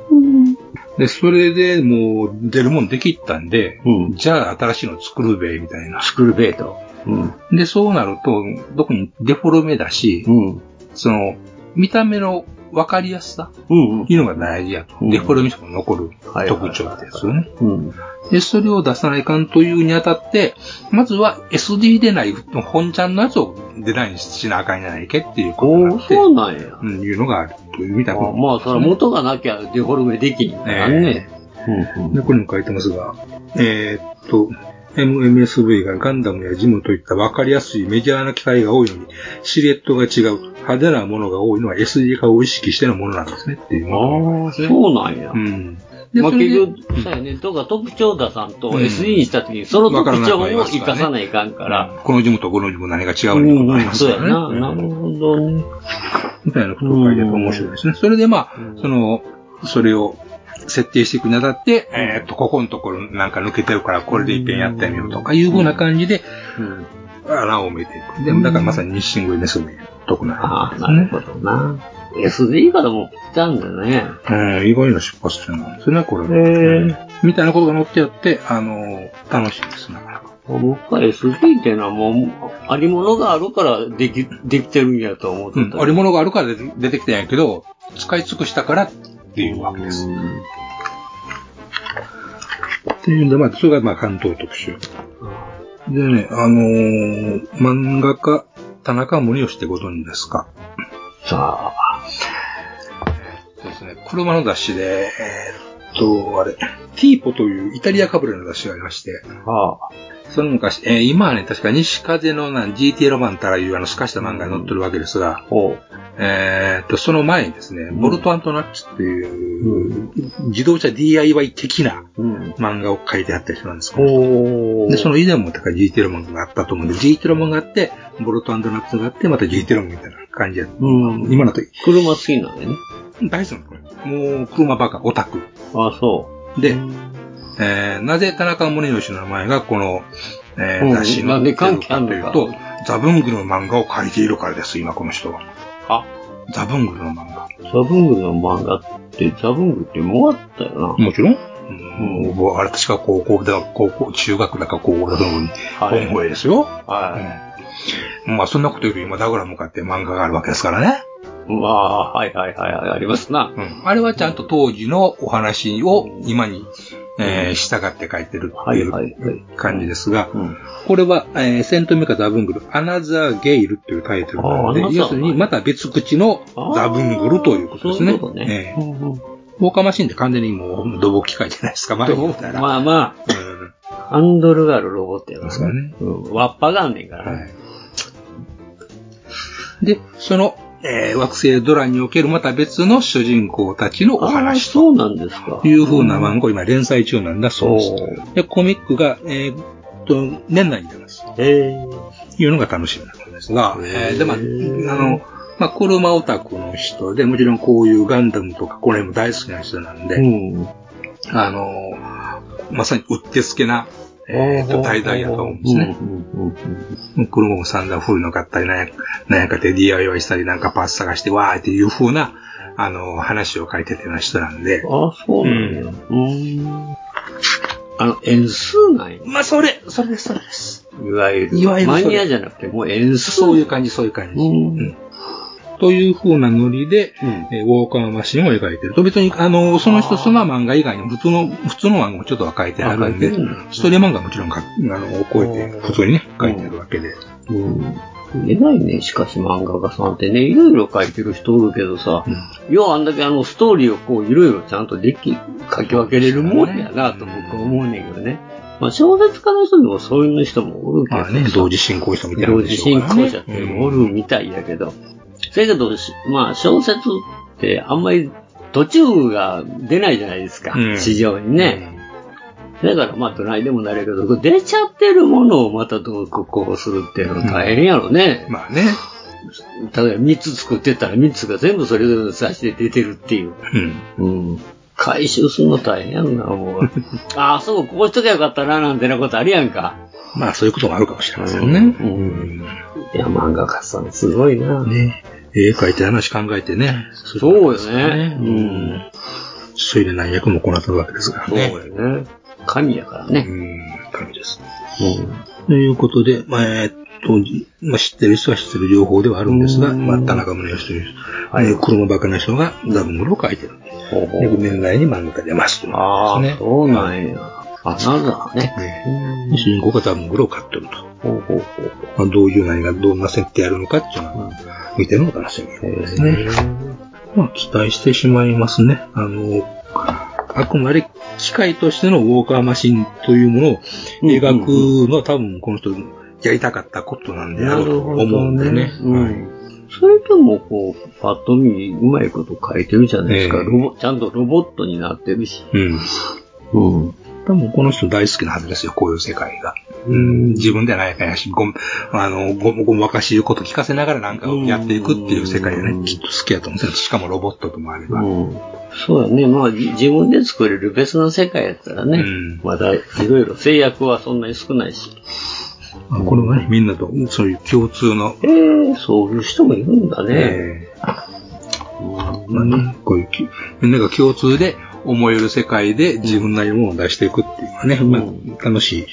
で、それでもう出るもんできたんで、うん。じゃあ新しいの作るべ、みたいな。スクールベイト。うん。で、そうなると、特にデフォルメだし、うん。その、見た目の分かりやすさうん。うんいうのが大事やと。うんデフォルメしても残るはいはいはい特徴ってやつよね。うん。で、それを出さないかんというにあたって、まずは SD でない、本ちゃんのやつをデザインしなあかんじゃないけっていうことにおなーって、そうなんや。うん、いうのがあるというみたいなまあ、まあ、それは元がなきゃデフォルメできんからね。うんで、これにも書いてますが、えーっと、MMSV がガンダムやジムといった分かりやすいメジャーな機械が多いのに、シルエットが違う派手なものが多いのは SD 化を意識してのものなんですねっていうのああ、そうなんやう。ん。で、まあそれ結で局、そうやね、とか特徴出さんとうん SE にしたときに、その特徴わからなくなりをます生からかねさないかんから。このジムとこのジム何が違ううのんかうありまん、すそうかやらね。な。うんなるほどね。みたいなことを書いてて面白いですね。それでまあ、その、それを設定していくにあたって、えーっと、ここのところなんか抜けてるから、これで一遍やってみようとかいうふうな感じで、うん。穴を埋めていく。で、だからまさに日清グレスのとこなあんあ、ですなるね。ほどな。SD からも来たんだね。えー、意外な出発点なんですね、これは。へみたいなことが載ってあって、あのー楽しいです、なかなか。僕は SD っていうのはもう、ありものがあるからでき、できてるんやと思っうてん、た。ありものがあるから出て出てきたんやけど、使い尽くしたからっていうわけです。うんっていうんで、まあ、それがまあ関東特集。でね、あのー漫画家、田中森義ってご存知ですかさあ、そうですね。車の雑誌で、えーっと、あれ、ティーポというイタリアかぶれの雑誌がありまして、はあ。その昔、えー今はね、確か西風のなん GT ロマンたらいうあの透かした漫画に載ってるわけですが、ほう。えーっと、その前にですね、ボルトアントナッツっていう、自動車 DIY 的なうん。漫画を書いてあった人なんですけど、ほう。で、その以前もだから GT ロマンがあったと思うんで、GT ロマンがあって、ボルトアントナッツがあって、また GT ロマンみたいな感じや。うん。今の時、車好きなんでね。大好きなのこれ。もう、車バカ、オタク。ああ、そう。で、えーなぜ田中宗義の名前がこの、えうんー、雑誌に載ってるかというなんで関係あるとの、ザブングルの漫画を書いているからです、今この人は。あ、ザブングルの漫画。ザブングの漫画って、ザブングってもうあったよな。もちろん、うんもうあれ確か高校だ、高校、中学だか高校だと思うに、はい本声ですよ。はまあそんなことより今、ダグラムかって漫画があるわけですからね。い。まあ、はいはいはいはい、ありますな。うんあれはちゃんと当時のお話を今に、えー従って書いてるっはていいはいはいう感じですが、うん。これは、えーセントメカ・ザブングル、アナザー・ゲイルというタイトルなのであーアナザ、ー要するにまた別口のザブングルということですそういねうこと。ね。えうえんうんウォーカーマシンって完全にもう、土木機械じゃない ですか、前に言ったら。まあまうんあ、ハンドルがあるロボットやな。そうだねうん。わっぱがあんねんからね。はいで、その、えー惑星ドラにおけるまた別の主人公たちのおああ、話そとうなんですか。いう風な漫画を今連載中なんだそうです。で、コミックが、えーっと、年内に出ます。ええ。いうのが楽しみなんですが、えーで、まあ、あの、まあ、車オタクの人で、もちろんこういうガンダムとか、これも大好きな人なんで、うん。あの、まさにうってつけな、えーと、滞在やと思うんですね。うんうんうん車も散々古いの買ったり、なんやなんやかって DIY したり、なんかパーツ探して、わーっていう風な、あの、話を書いてるような人なんで、ああ、そうなんや。うーん。あの、円数なんや。まあ、それ、それです、それです。いわゆる。いわゆるマそれニアじゃなくて、もう円数。そういう感じ、そういう感じ。うんうんという風なノリで、うんえーウォーカーマシンを描いてると、別に、あの、その人、その漫画以外にも普通の、普通の漫画もちょっとは書いてあるんであ書いてるんだ、ストーリー漫画はもちろんか、あの、超えて、普通にね、書いてあるわけで。うん。偉いね、しかし漫画家さんってね、いろいろ書いてる人おるけどさ、ようあんだけあのストーリーをこういろいろちゃんとでき、書き分けれるもんやなと僕は思うねんけどね。まあ小説家の人でもそういう人もおるけどまあね、同時進行したみたいな同もんで時しょう進から行ね者っていうのもおるみたいやけど。せやけど、しまあ小説ってあんまり途中が出ないじゃないですか、うん市場にね。だからまあどないでもなれるけど、これ出ちゃってるものをまたどうこうこうするっていうの大変やろねうん。まあね、例えば3つ作ってたら3つが全部それぞれの雑誌で出てるっていう。うん。うん。回収するの大変やろな、も う。ああ、そう、こうしときゃよかったな、なんてなことあるやんか。まあ、そういうこともあるかもしれませんね。うんいや、漫画家さんすごいな。ね、絵描いて話考えてね。そそうでよすね。ううんん。それで何役もこなったわけですからそうね。よね。神やからうね。ん、感じです。うん。ということで、まあ、えーっと、まあ、知ってる人は知ってる情報ではあるんですが、うんまあ、田中宗義という、はいえー車バカな人がザブングルを書いてるんで、ほうほでう年代に漫画が出ますというあことですあ、ね。そうなんや。あ、なんだね。ね主人公がザブングルを買ってると。ほうほうほう。まあ、どういう何がどんな設定やるのかっていうのを見てるのが楽しみですね。まあ、期待してしまいますね。あの、あくまで機械としてのウォーカーマシンというものを描くのは多分この人やりたかったことなんであると思うんでね。うはいん。それとも、こう、パッと見、うまいこと書いてるじゃないですか。ええロボちゃんとロボットになってるし。うん。うん。多分この人大好きなはずですよ、こういう世界が。うん、自分ではないかやし、ごん、あの、ごもごもわかしいうこと聞かせながらなんかをやっていくっていう世界がうんね、きっと好きやと思うんですよ。しかもロボットともあれば。うん。そうやね。まあ、じ自分で作れる別の世界やったらね。うんまだ、いろいろ制約はそんなに少ないし。まあこれはね、みんなとそういう共通の、ええそういう人もいるんだね。えうんーまあね、こういうき、みんなが共通で思える世界で自分なりのものを出していくっていうのはね、まあ、楽しい。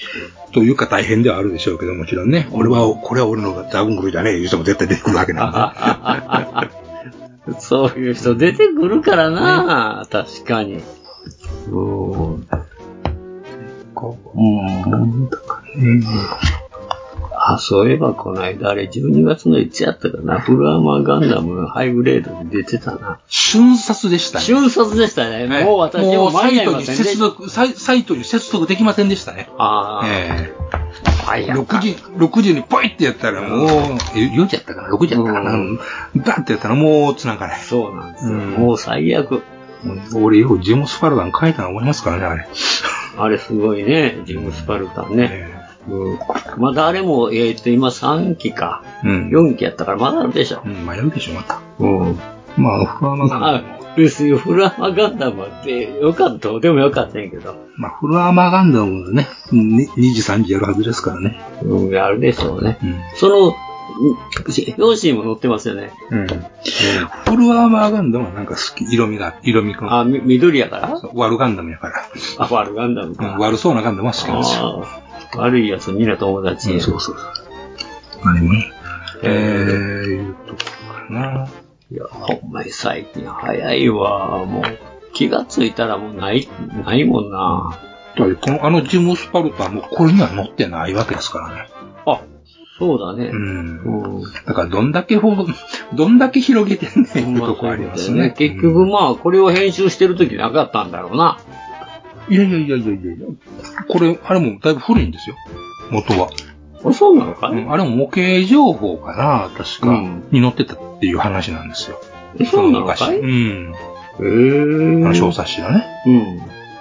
というか大変ではあるでしょうけど、もちろんね、俺は、これは俺のダブングルだね、いう人も絶対出てくるわけなんで。そういう人出てくるからな、確かに。うん。うん。うんああ、そういえばこの間あれ12月の1やったかな。フルアーマーガンダムのハイブレードに出てたな。瞬殺でしたね。瞬殺でしたね。もう私ももうサ間に合イいトまにせんで接した。続、サイサイトに接続できませんでしたね。ああ、えはいえ6時、6時にポイってやったらもう、え4時やったかな ?6 時やったかなううんバってやったらもう繋がない。そうなんですよ。うんもう最悪。俺よくジェムスパルダン書いたの思いますからね、あれ。あれすごいね、ジム・スパルタンね。うん、まだあれも、えっ、と、今3期か、うん。 4期やったからまだあるでしょう。ん、迷うでしょ、また。うん。まあ、フルアーマーガンダム。あ、別にフラマガンダムってよかった、でもよかったんやけど。まあ、フルアーマーガンダムね、に2時、3時やるはずですからね。うん、やるでしょうね。うん。その、うん表紙にも載ってますよね。うん。フルアーマーガンダムはなんか好き、色味が、色味が、あ、み緑やから悪ガンダムやから。あ、悪ガンダムうんか。悪そうなガンダムは好きなんですよ。あー悪いやつみんな友達うや。んそうそうそう。あれもね。えー、いうとこかな。いや、ほんまに最近早いわ。もう、気がついたらもうない、ないもんな。だってこの、あのジムスパルタもこれには載ってないわけですからね。あ、そうだねう。ん。うん。だからどんだけほど、 どんだけ広げてんねんってとこありますね。結局まあ、これを編集してる時なかったんだろうな。いやいやいやいやいやいや。これ、あれもだいぶ古いんですよ。元は。あそうなのかうねんあれも模型情報かな、確か、うんに載ってたっていう話なんですよ。えそうなの昔かいうん。えあーの小冊子のね。うん。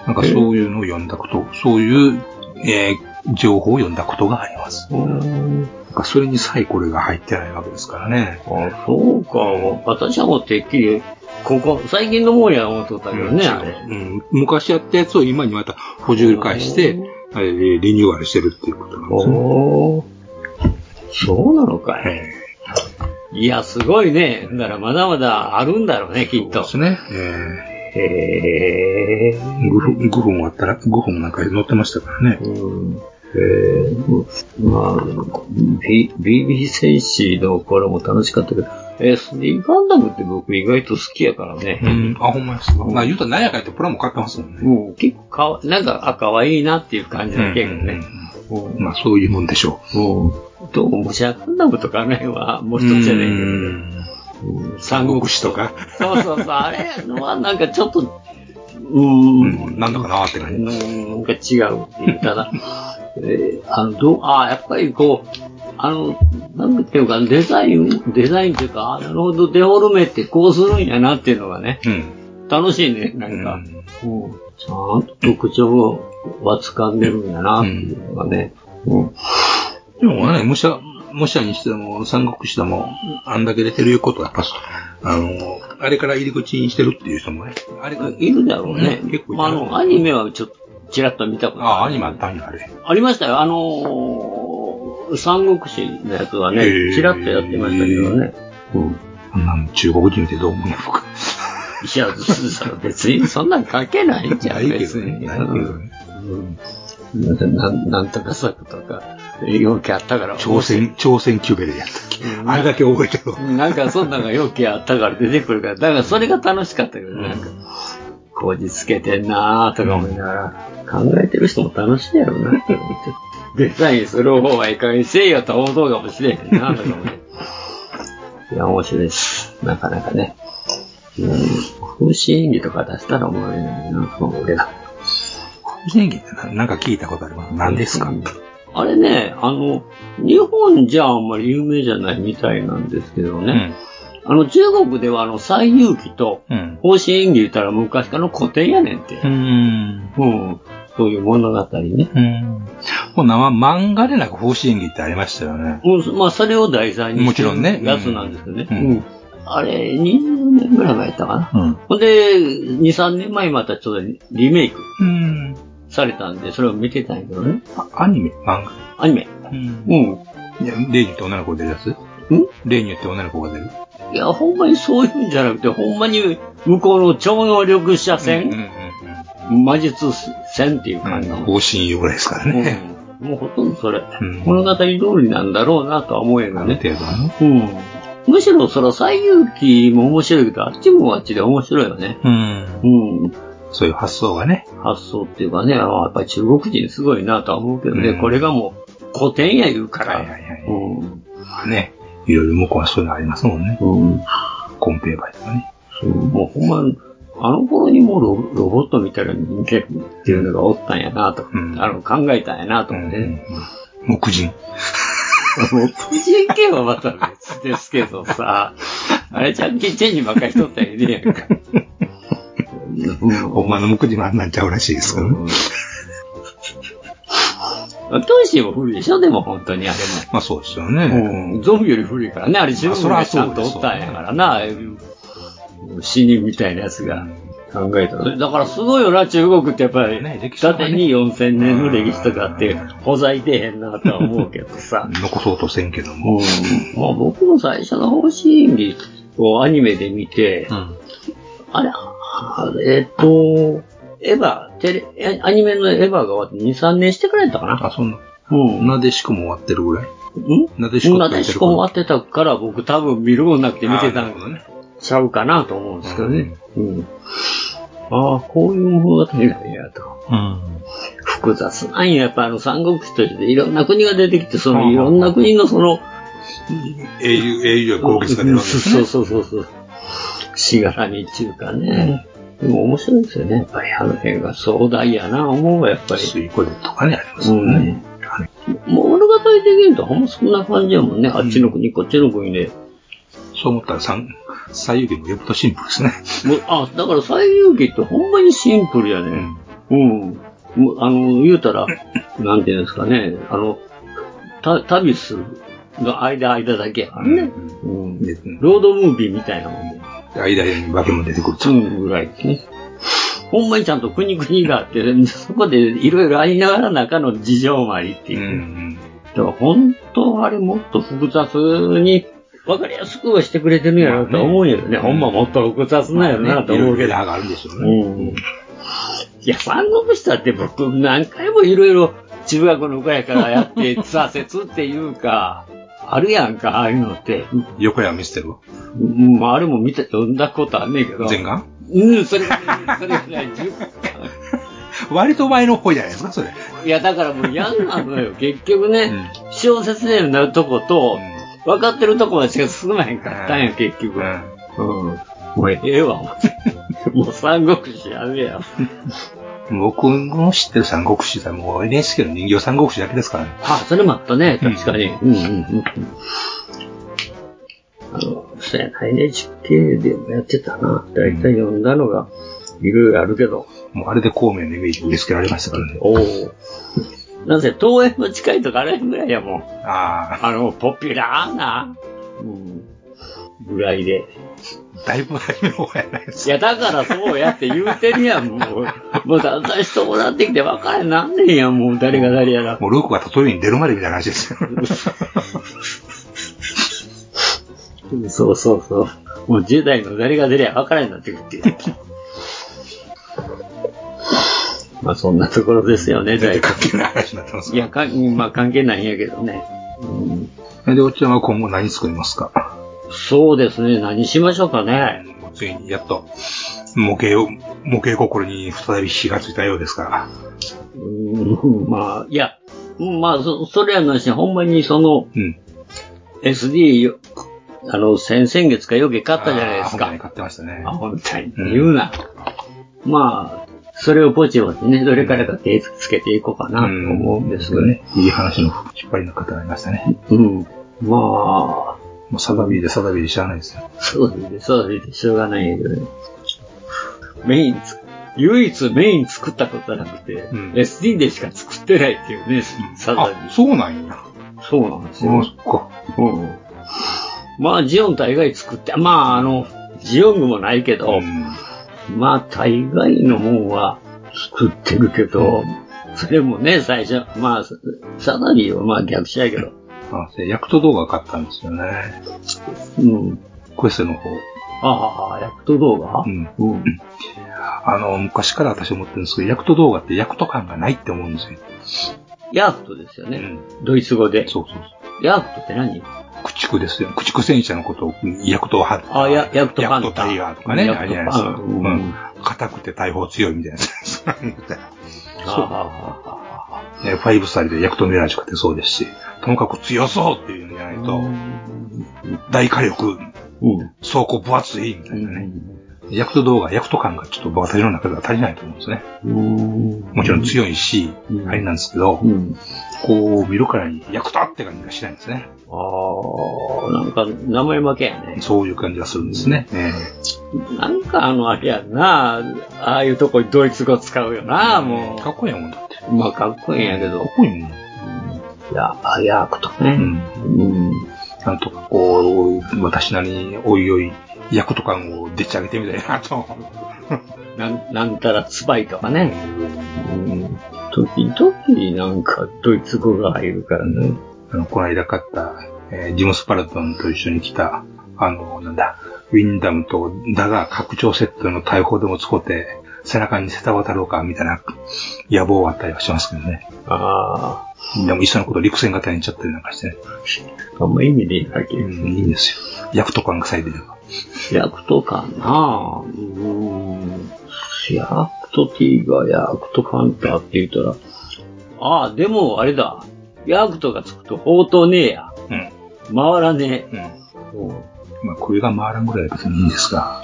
なんかそういうのを読んだこと、そういう、えー情報を読んだことがあります。うんなんかそれにさえこれが入ってないわけですからね。あ、そうか。私はもうてっきり、ここ、最近のもんや思っとったけどね、あれ。うん、昔やったやつを今にまた補充返して、えーリニューアルしてるっていうことなんですね。おー。そうなのかい。えーいや、すごいね。だからまだまだあるんだろうね、きっとで。すね。えへえ。ー、グフグフもあったら、グフもなんか載ってましたからね。うん。えー、まあ、B- BB 戦士の頃も楽しかったけど、えー、スリーガンダムって僕意外と好きやからね。うん、あ、ほんまですか。まあ言うたら何やかいってプラも買ってますもんね。うん、結構かわ、なんか、あ、可愛いなっていう感じだけどね。うんまあそういうもんでしょうん。どうも、シャガンダムとかあの辺は、もうう。一つじゃないけどね、んうん三国志とか、そうそうそう、あれのはなんかちょっと、ううーん、ん、なんだかなーってう感じ。んなんか違うって言ったら、えーあの、どう、あーやっぱりこう、あの、なんていうか、デザイン、デザインっていうか、あーなるほど、デフォルメってこうするんやなっていうのがね、うん。楽しいね、なんか。うんちゃんと特徴は掴んでるんやな、っていうのがね。うん。でもね、武者、武者にしても、三国志でも、あんだけ出てるいうことは、やっぱ、あの、あれから入り口にしてるっていう人もね、あれが、いるだろうね。うん結構いたまあ、あの、アニメはちょっと、ちらっと見たことああ、アニメあったんや、あれ。ありましたよ。あのー三国志のやつはねへー、ちらっとやってましたけどね。うん。あんなの中国人見てどう思うのか。いや、その別 にそんなん書けないんじゃん、別に。ないけどね。うんなんなんとか作とか、容器あったから。朝鮮、朝鮮キューベでやったっけ。うんあれだけ覚えてるわ。なんかそんなんが容器あったから出てくるから、だからそれが楽しかったけど、なんか、こじつけてんなーとか思いながら、考えてる人も楽しいやろうなって思って、デザインする方はいい加減にせえよと思うかもしれへんなとか思 って。いや、面白いです。なかなかね。うん、風刺演技とか出したらおもろいのになと思うけど。人間ってななんか聞いたことあります。何ですかうんあれね、あの、日本じゃあんまり有名じゃないみたいなんですけどうね。。あの、中国ではあの、西遊記と、うん。方針演技言ったら昔からの古典やねんって。うん。うん。そういう物語ね。うん。もう生漫画でなく方針演技ってありましたよね。うん、まあ、それを題材にもしちてろんねるやつなんですよね。うんうんあれ、20年ぐらい前やったかな。うん。ほんで、2、3年前にまたちょっとリメイクうん。されたんで、それを見てたんやけどね。あアニメ漫画アニメ。うん。うん。いや、例によって女の子が出るやつん例によって女の子が出る。いや、ほんまにそういうんじゃなくて、ほんまに向こうの超能力者うんうん戦、魔術戦っていううん。感じの。方針用ぐらいですからね。うんもうほとんどそれ、ん物語通りなんだろうなとは思えるあよるね。程度はね。うん。むしろその最有機も面白いけど、あっちもあっちで面白いよね。うん。うん。そういう発想がね。発想っていうかね、あやっぱり中国人すごいなとは思うけどね、うんこれがもう、古典や言うから。はいはいはいうん。まあね、いろいろ向こうはそういうのありますもんね。うん。コンペイバイとかね。そうもうほんま、あの頃にもうロロボットみたいな人間っていうのがおったんやなと、うんあの考えたんやなと思ってね。うん木人。もう、人件はまた別ですけど さ、あれ、ジャッキー・チェンにばっかりしとったらええねや んか。ほんまの木人もあんなんちゃうらしいですけどね。当時も古いでしょ、でも本当にあまあそうですよね。れも。ゾンビより古いからね、あれ自分がちゃんとおったんやからな、ああいう死人みたいなやつが。考えたらだからすごいよな、中国ってやっぱり、ね歴史とかね縦に4000年の歴史とかあって、ほざいてへんなとは思うけどさ。残そうとせんけども。うんまあ、僕も最初の方針理をアニメで見て、うん。あれ、あれえっと、エヴァ、テレ、アニメのエヴァが終わって2、3年してからやったかな。あ、そんな、うん。なでしこも終わってるぐらい。うんなでしこなでしこも終わってたから、僕多分見るもんなくて見てたあんなるほどね。ちゃうかなと思うんですけどね。うん。ああ、こういう物語なんやと。うん。複雑なんや、やっぱあの三国志としていろんな国が出てきて、そのいろんな国のその、英雄、英雄は豪傑が出るわけですね。そうそうそうそう。しがらみっていうかね。でも面白いですよね。やっぱりあの辺が壮大やな、思うわ、やっぱり。水湖でとかね、ありますうよね。ん。物語的に言うとほんまそんな感じやもんね。あっちの国、こっちの国で。そう思ったら、三、最優秀のゲプト神父ですね。もうあ、だから西遊記ってほんまにシンプルやね。うん。もうあの、言う たら、なんていうんですかね。あの、た旅するの間、間だけやからね。うん。でロードムービーみたいなもんで。間に化け物出てくるつぐらいですね。ほんまにちゃんと国々があって、そこでいろいろありながら中の事情もありってういう。ん。だから本当あれもっと複雑に、わかりやすくはしてくれてるんやろなと思うんやけどね。ほんまもっと複雑なんやろなといろ思ういろけど。があるんですようね。ん。いや、三国志だって僕何回もいろいろ中学の親からやって、挫折っていうか、あるやんか、ああいうのって。横山見せてるわ。うん、まああれも見た、読んだことあんねんけど。全巻うん、それが、それがね、10割と前の方じゃないですか、それ。いや、だからもう嫌なのよ。結局ね、う小説でなるとこと、分かってるとこまでしか進まへんかったんうや、ん結局。うん。ん。もうええわ、思 って。もう三国志やめや。僕の知ってる三国志はもう NHK の人形三国志だけですからね。あ、それもあったね、確かに。うんうんうん。あの、そうやな、NHK でもやってたな。だいたい読んだのが、いろいろあるけど。もうあれで孔明のイメージを植え付けられましたからね。おお。なぜ、東園の近いとかあらへんぐらいやもん。ああの、ポピュラーな、うん、ぐらいで。あ、だいぶ前の方やないですいや、だからそうやって言うてるやん、もう。もうだんだん人もなってきて分からへんなんねんやん、もう誰が誰やら。もうルークが例えに出るまでみたいな話で すよ。そうそうそう。もう10代の誰が誰や分からへんなってくるっていう。 まあそんなところです よね、全大然体。関係ない話になってますいや、かんまあ関係ないんやけどね。うん、で、おっちゃんは今後何作りますかそうですね、何しましょうかね。ついにやっと、模型を、模型心に再び火がついたようですから。うんまあ、いや、うんまあ、そそれやなし、ほんまにそのうん。 SD よ、あの、先々月かよけ買ったじゃないであすー本当にか。買ってましたねあ、。本体に言うな。まあ、それをポチポチね、どれからか手つけていこうかなと思うんですけどね。いい話の引っ張りの方になりましたね。うん。まあ、もうサダビーでサダビーで知らないですよ。そうですね、そうですね、しょうがないんやけどね。メインつ、唯一メイン作ったことなくて、うん SD でしか作ってないっていうね、サザビあ、そうなんや。そうなんですそよ。うか。うん。まあ、ジオン大概作って、まあ、あの、ジオングもないけど、まあ、大概のもんは作ってるけど、それもね、最初、まあ、サナリーはまあ逆者やけど、あ、それヤクト動画買ったんですよね。うん。クエストの方。ああ、やっと動画うん。うん。あの、昔から私思ってるんですけど、ヤクト動画ってヤクト感がないって思うんですよ。ヤークトですようね。ん。ドイツ語で。そうそうそう。ヤークトって何駆逐ですよ。駆逐戦車のことを、ヤクトを張る。あやヤクトハンヤクタートタイガーとかね。ヤクトあれじゃないですか。ううん ん。硬くて大砲強いみたいなやつ。ああああああああえー、ファイブスターでヤクトネラーしか出そうですし、ともかく強そうっていうんじゃないと、大火力、うん。装甲分厚いみたいなね。ヤクト動画、ヤクト感がちょっと私の中では足りないと思うんですね。うん。もちろん強いし、うんあれなんですけど、うん。こう見るからにヤクトって感じがしないんですね。ああ、なんか、名前負けやね。そういう感じがするんですね。ええなんかあの、あれやんな、ああいうとこにドイツ語使うよな、もかっこいいもんだって。う。まあ、かっこいいんやけかどっ。こいいもん。いや、あやくとうね。ん。うん。なんとかこう、私なりにおいおい、ヤクト感をでっち上げてみたいなと。なん、なんたらつばいとかね。うん。時々なんかドイツ語が入るからね。あの、この間買った、えージムスパルトンと一緒に来た、あの、なんだ、ウィンダムとダガー拡張セットの大砲でも使って、背中に背た渡ろうか、みたいな野望はあったりはしますけどね。あでも、いっそのこと陸戦型になっちゃったりなんかしてね。あ、あんま意味でいないけど。うん、いいんですよ。役と感が最低だかヤクトかなうん。ヤクトティーガー、ヤクトカンターって言ったら。ああ、でもあれだ。ヤクトがつくと砲塔ねえや。ら。回らねうん。うん。え。まあ、これが回らんぐらいは別にいいんですが、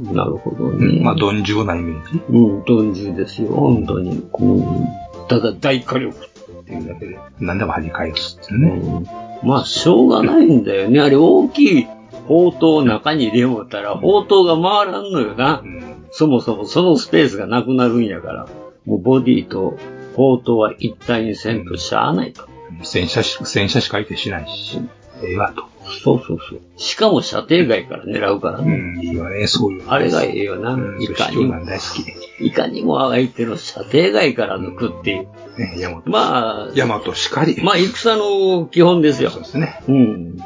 なるほどうね。ん、まあ、鈍重なイメージっうん、鈍重ですよ、本当に。うん、ただ大火力。ていうだけで、何でも弾き返すっていううね。ん、まあ、しょうがないんだよね。あれ、大きい砲塔を中に入れもったら、砲塔が回らんのよなう。ん。そもそもそのスペースがなくなるんやから、もうボディと砲塔は一体にせんとしゃあないと。戦車し、戦車しか相手しないし、ええわと。そうそうそう。しかも射程外から狙うからうね。ん、いいわね、そういうの。あれがええよな。うん、いそうか市長になもん、大好き。いかにも相手の射程外から抜くっていう。ね、ヤマト。まあ、ヤマトしかり。まあ、戦の基本ですよそう。ですね。うん。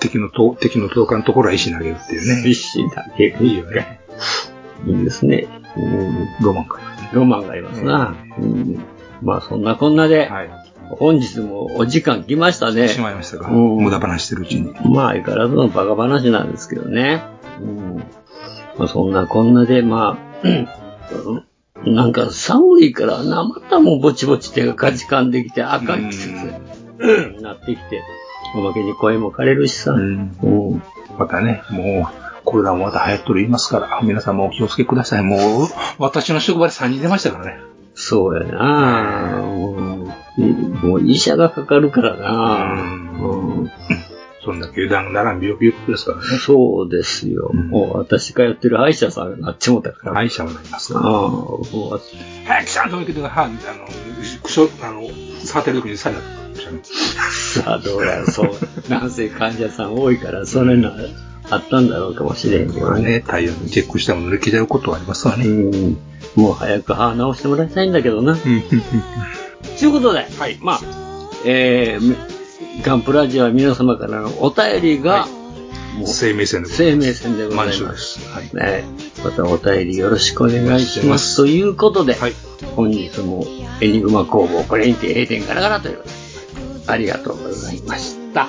敵のと、敵の投下のところは石投げるっていうね。必死だけがいいよね。いいですね。うん。ロマンか。ロマンがありますな。うん。まあ、そんなこんなで、はい。本日もお時間来ましたね。しまいましたが、うん無駄話してるうちに。まあ、相変わらずのバカ話なんですけどね。うん。まあ、そんなこんなで、まあ、うんなんか寒いからな、またもうぼちぼち手がかじかんできて、赤い季節になってきて、おまけに声も枯れるしさ。うん。うんまたね、もう、コロナもまた流行っとる言いますから、皆さんもお気をつけください。もう、私の職場で3人出ましたからね。そうやなうんもう医者がかかるからなうんそんだけ油断ならん病気ですからね。そうですよ。うんもう私通ってる歯医者さんがなっちもうたから。歯医者もなりますああから。もう早くちゃんと向けてください。歯、あの、くしょ、あの、触ってる時にさや、さあどうやらそう。男性患者さん多いから、それな、あったんだろうかもしれんけどまあね。ね、体温チェックしても濡れきちゃうことはありますわうね。ん。もう早く歯直してもらいたいんだけどな。うん、ということで、はい、まあ、えー、ガンプラジオは皆様からのお便りが、もう生命線でござ生いま命す。線でございます。満州ですはいね、またお便りよろしくお願いしお願いしま。ますすということで、はい本日もエニグマ工房、これにて閉店ガラガラということでありがとうございました。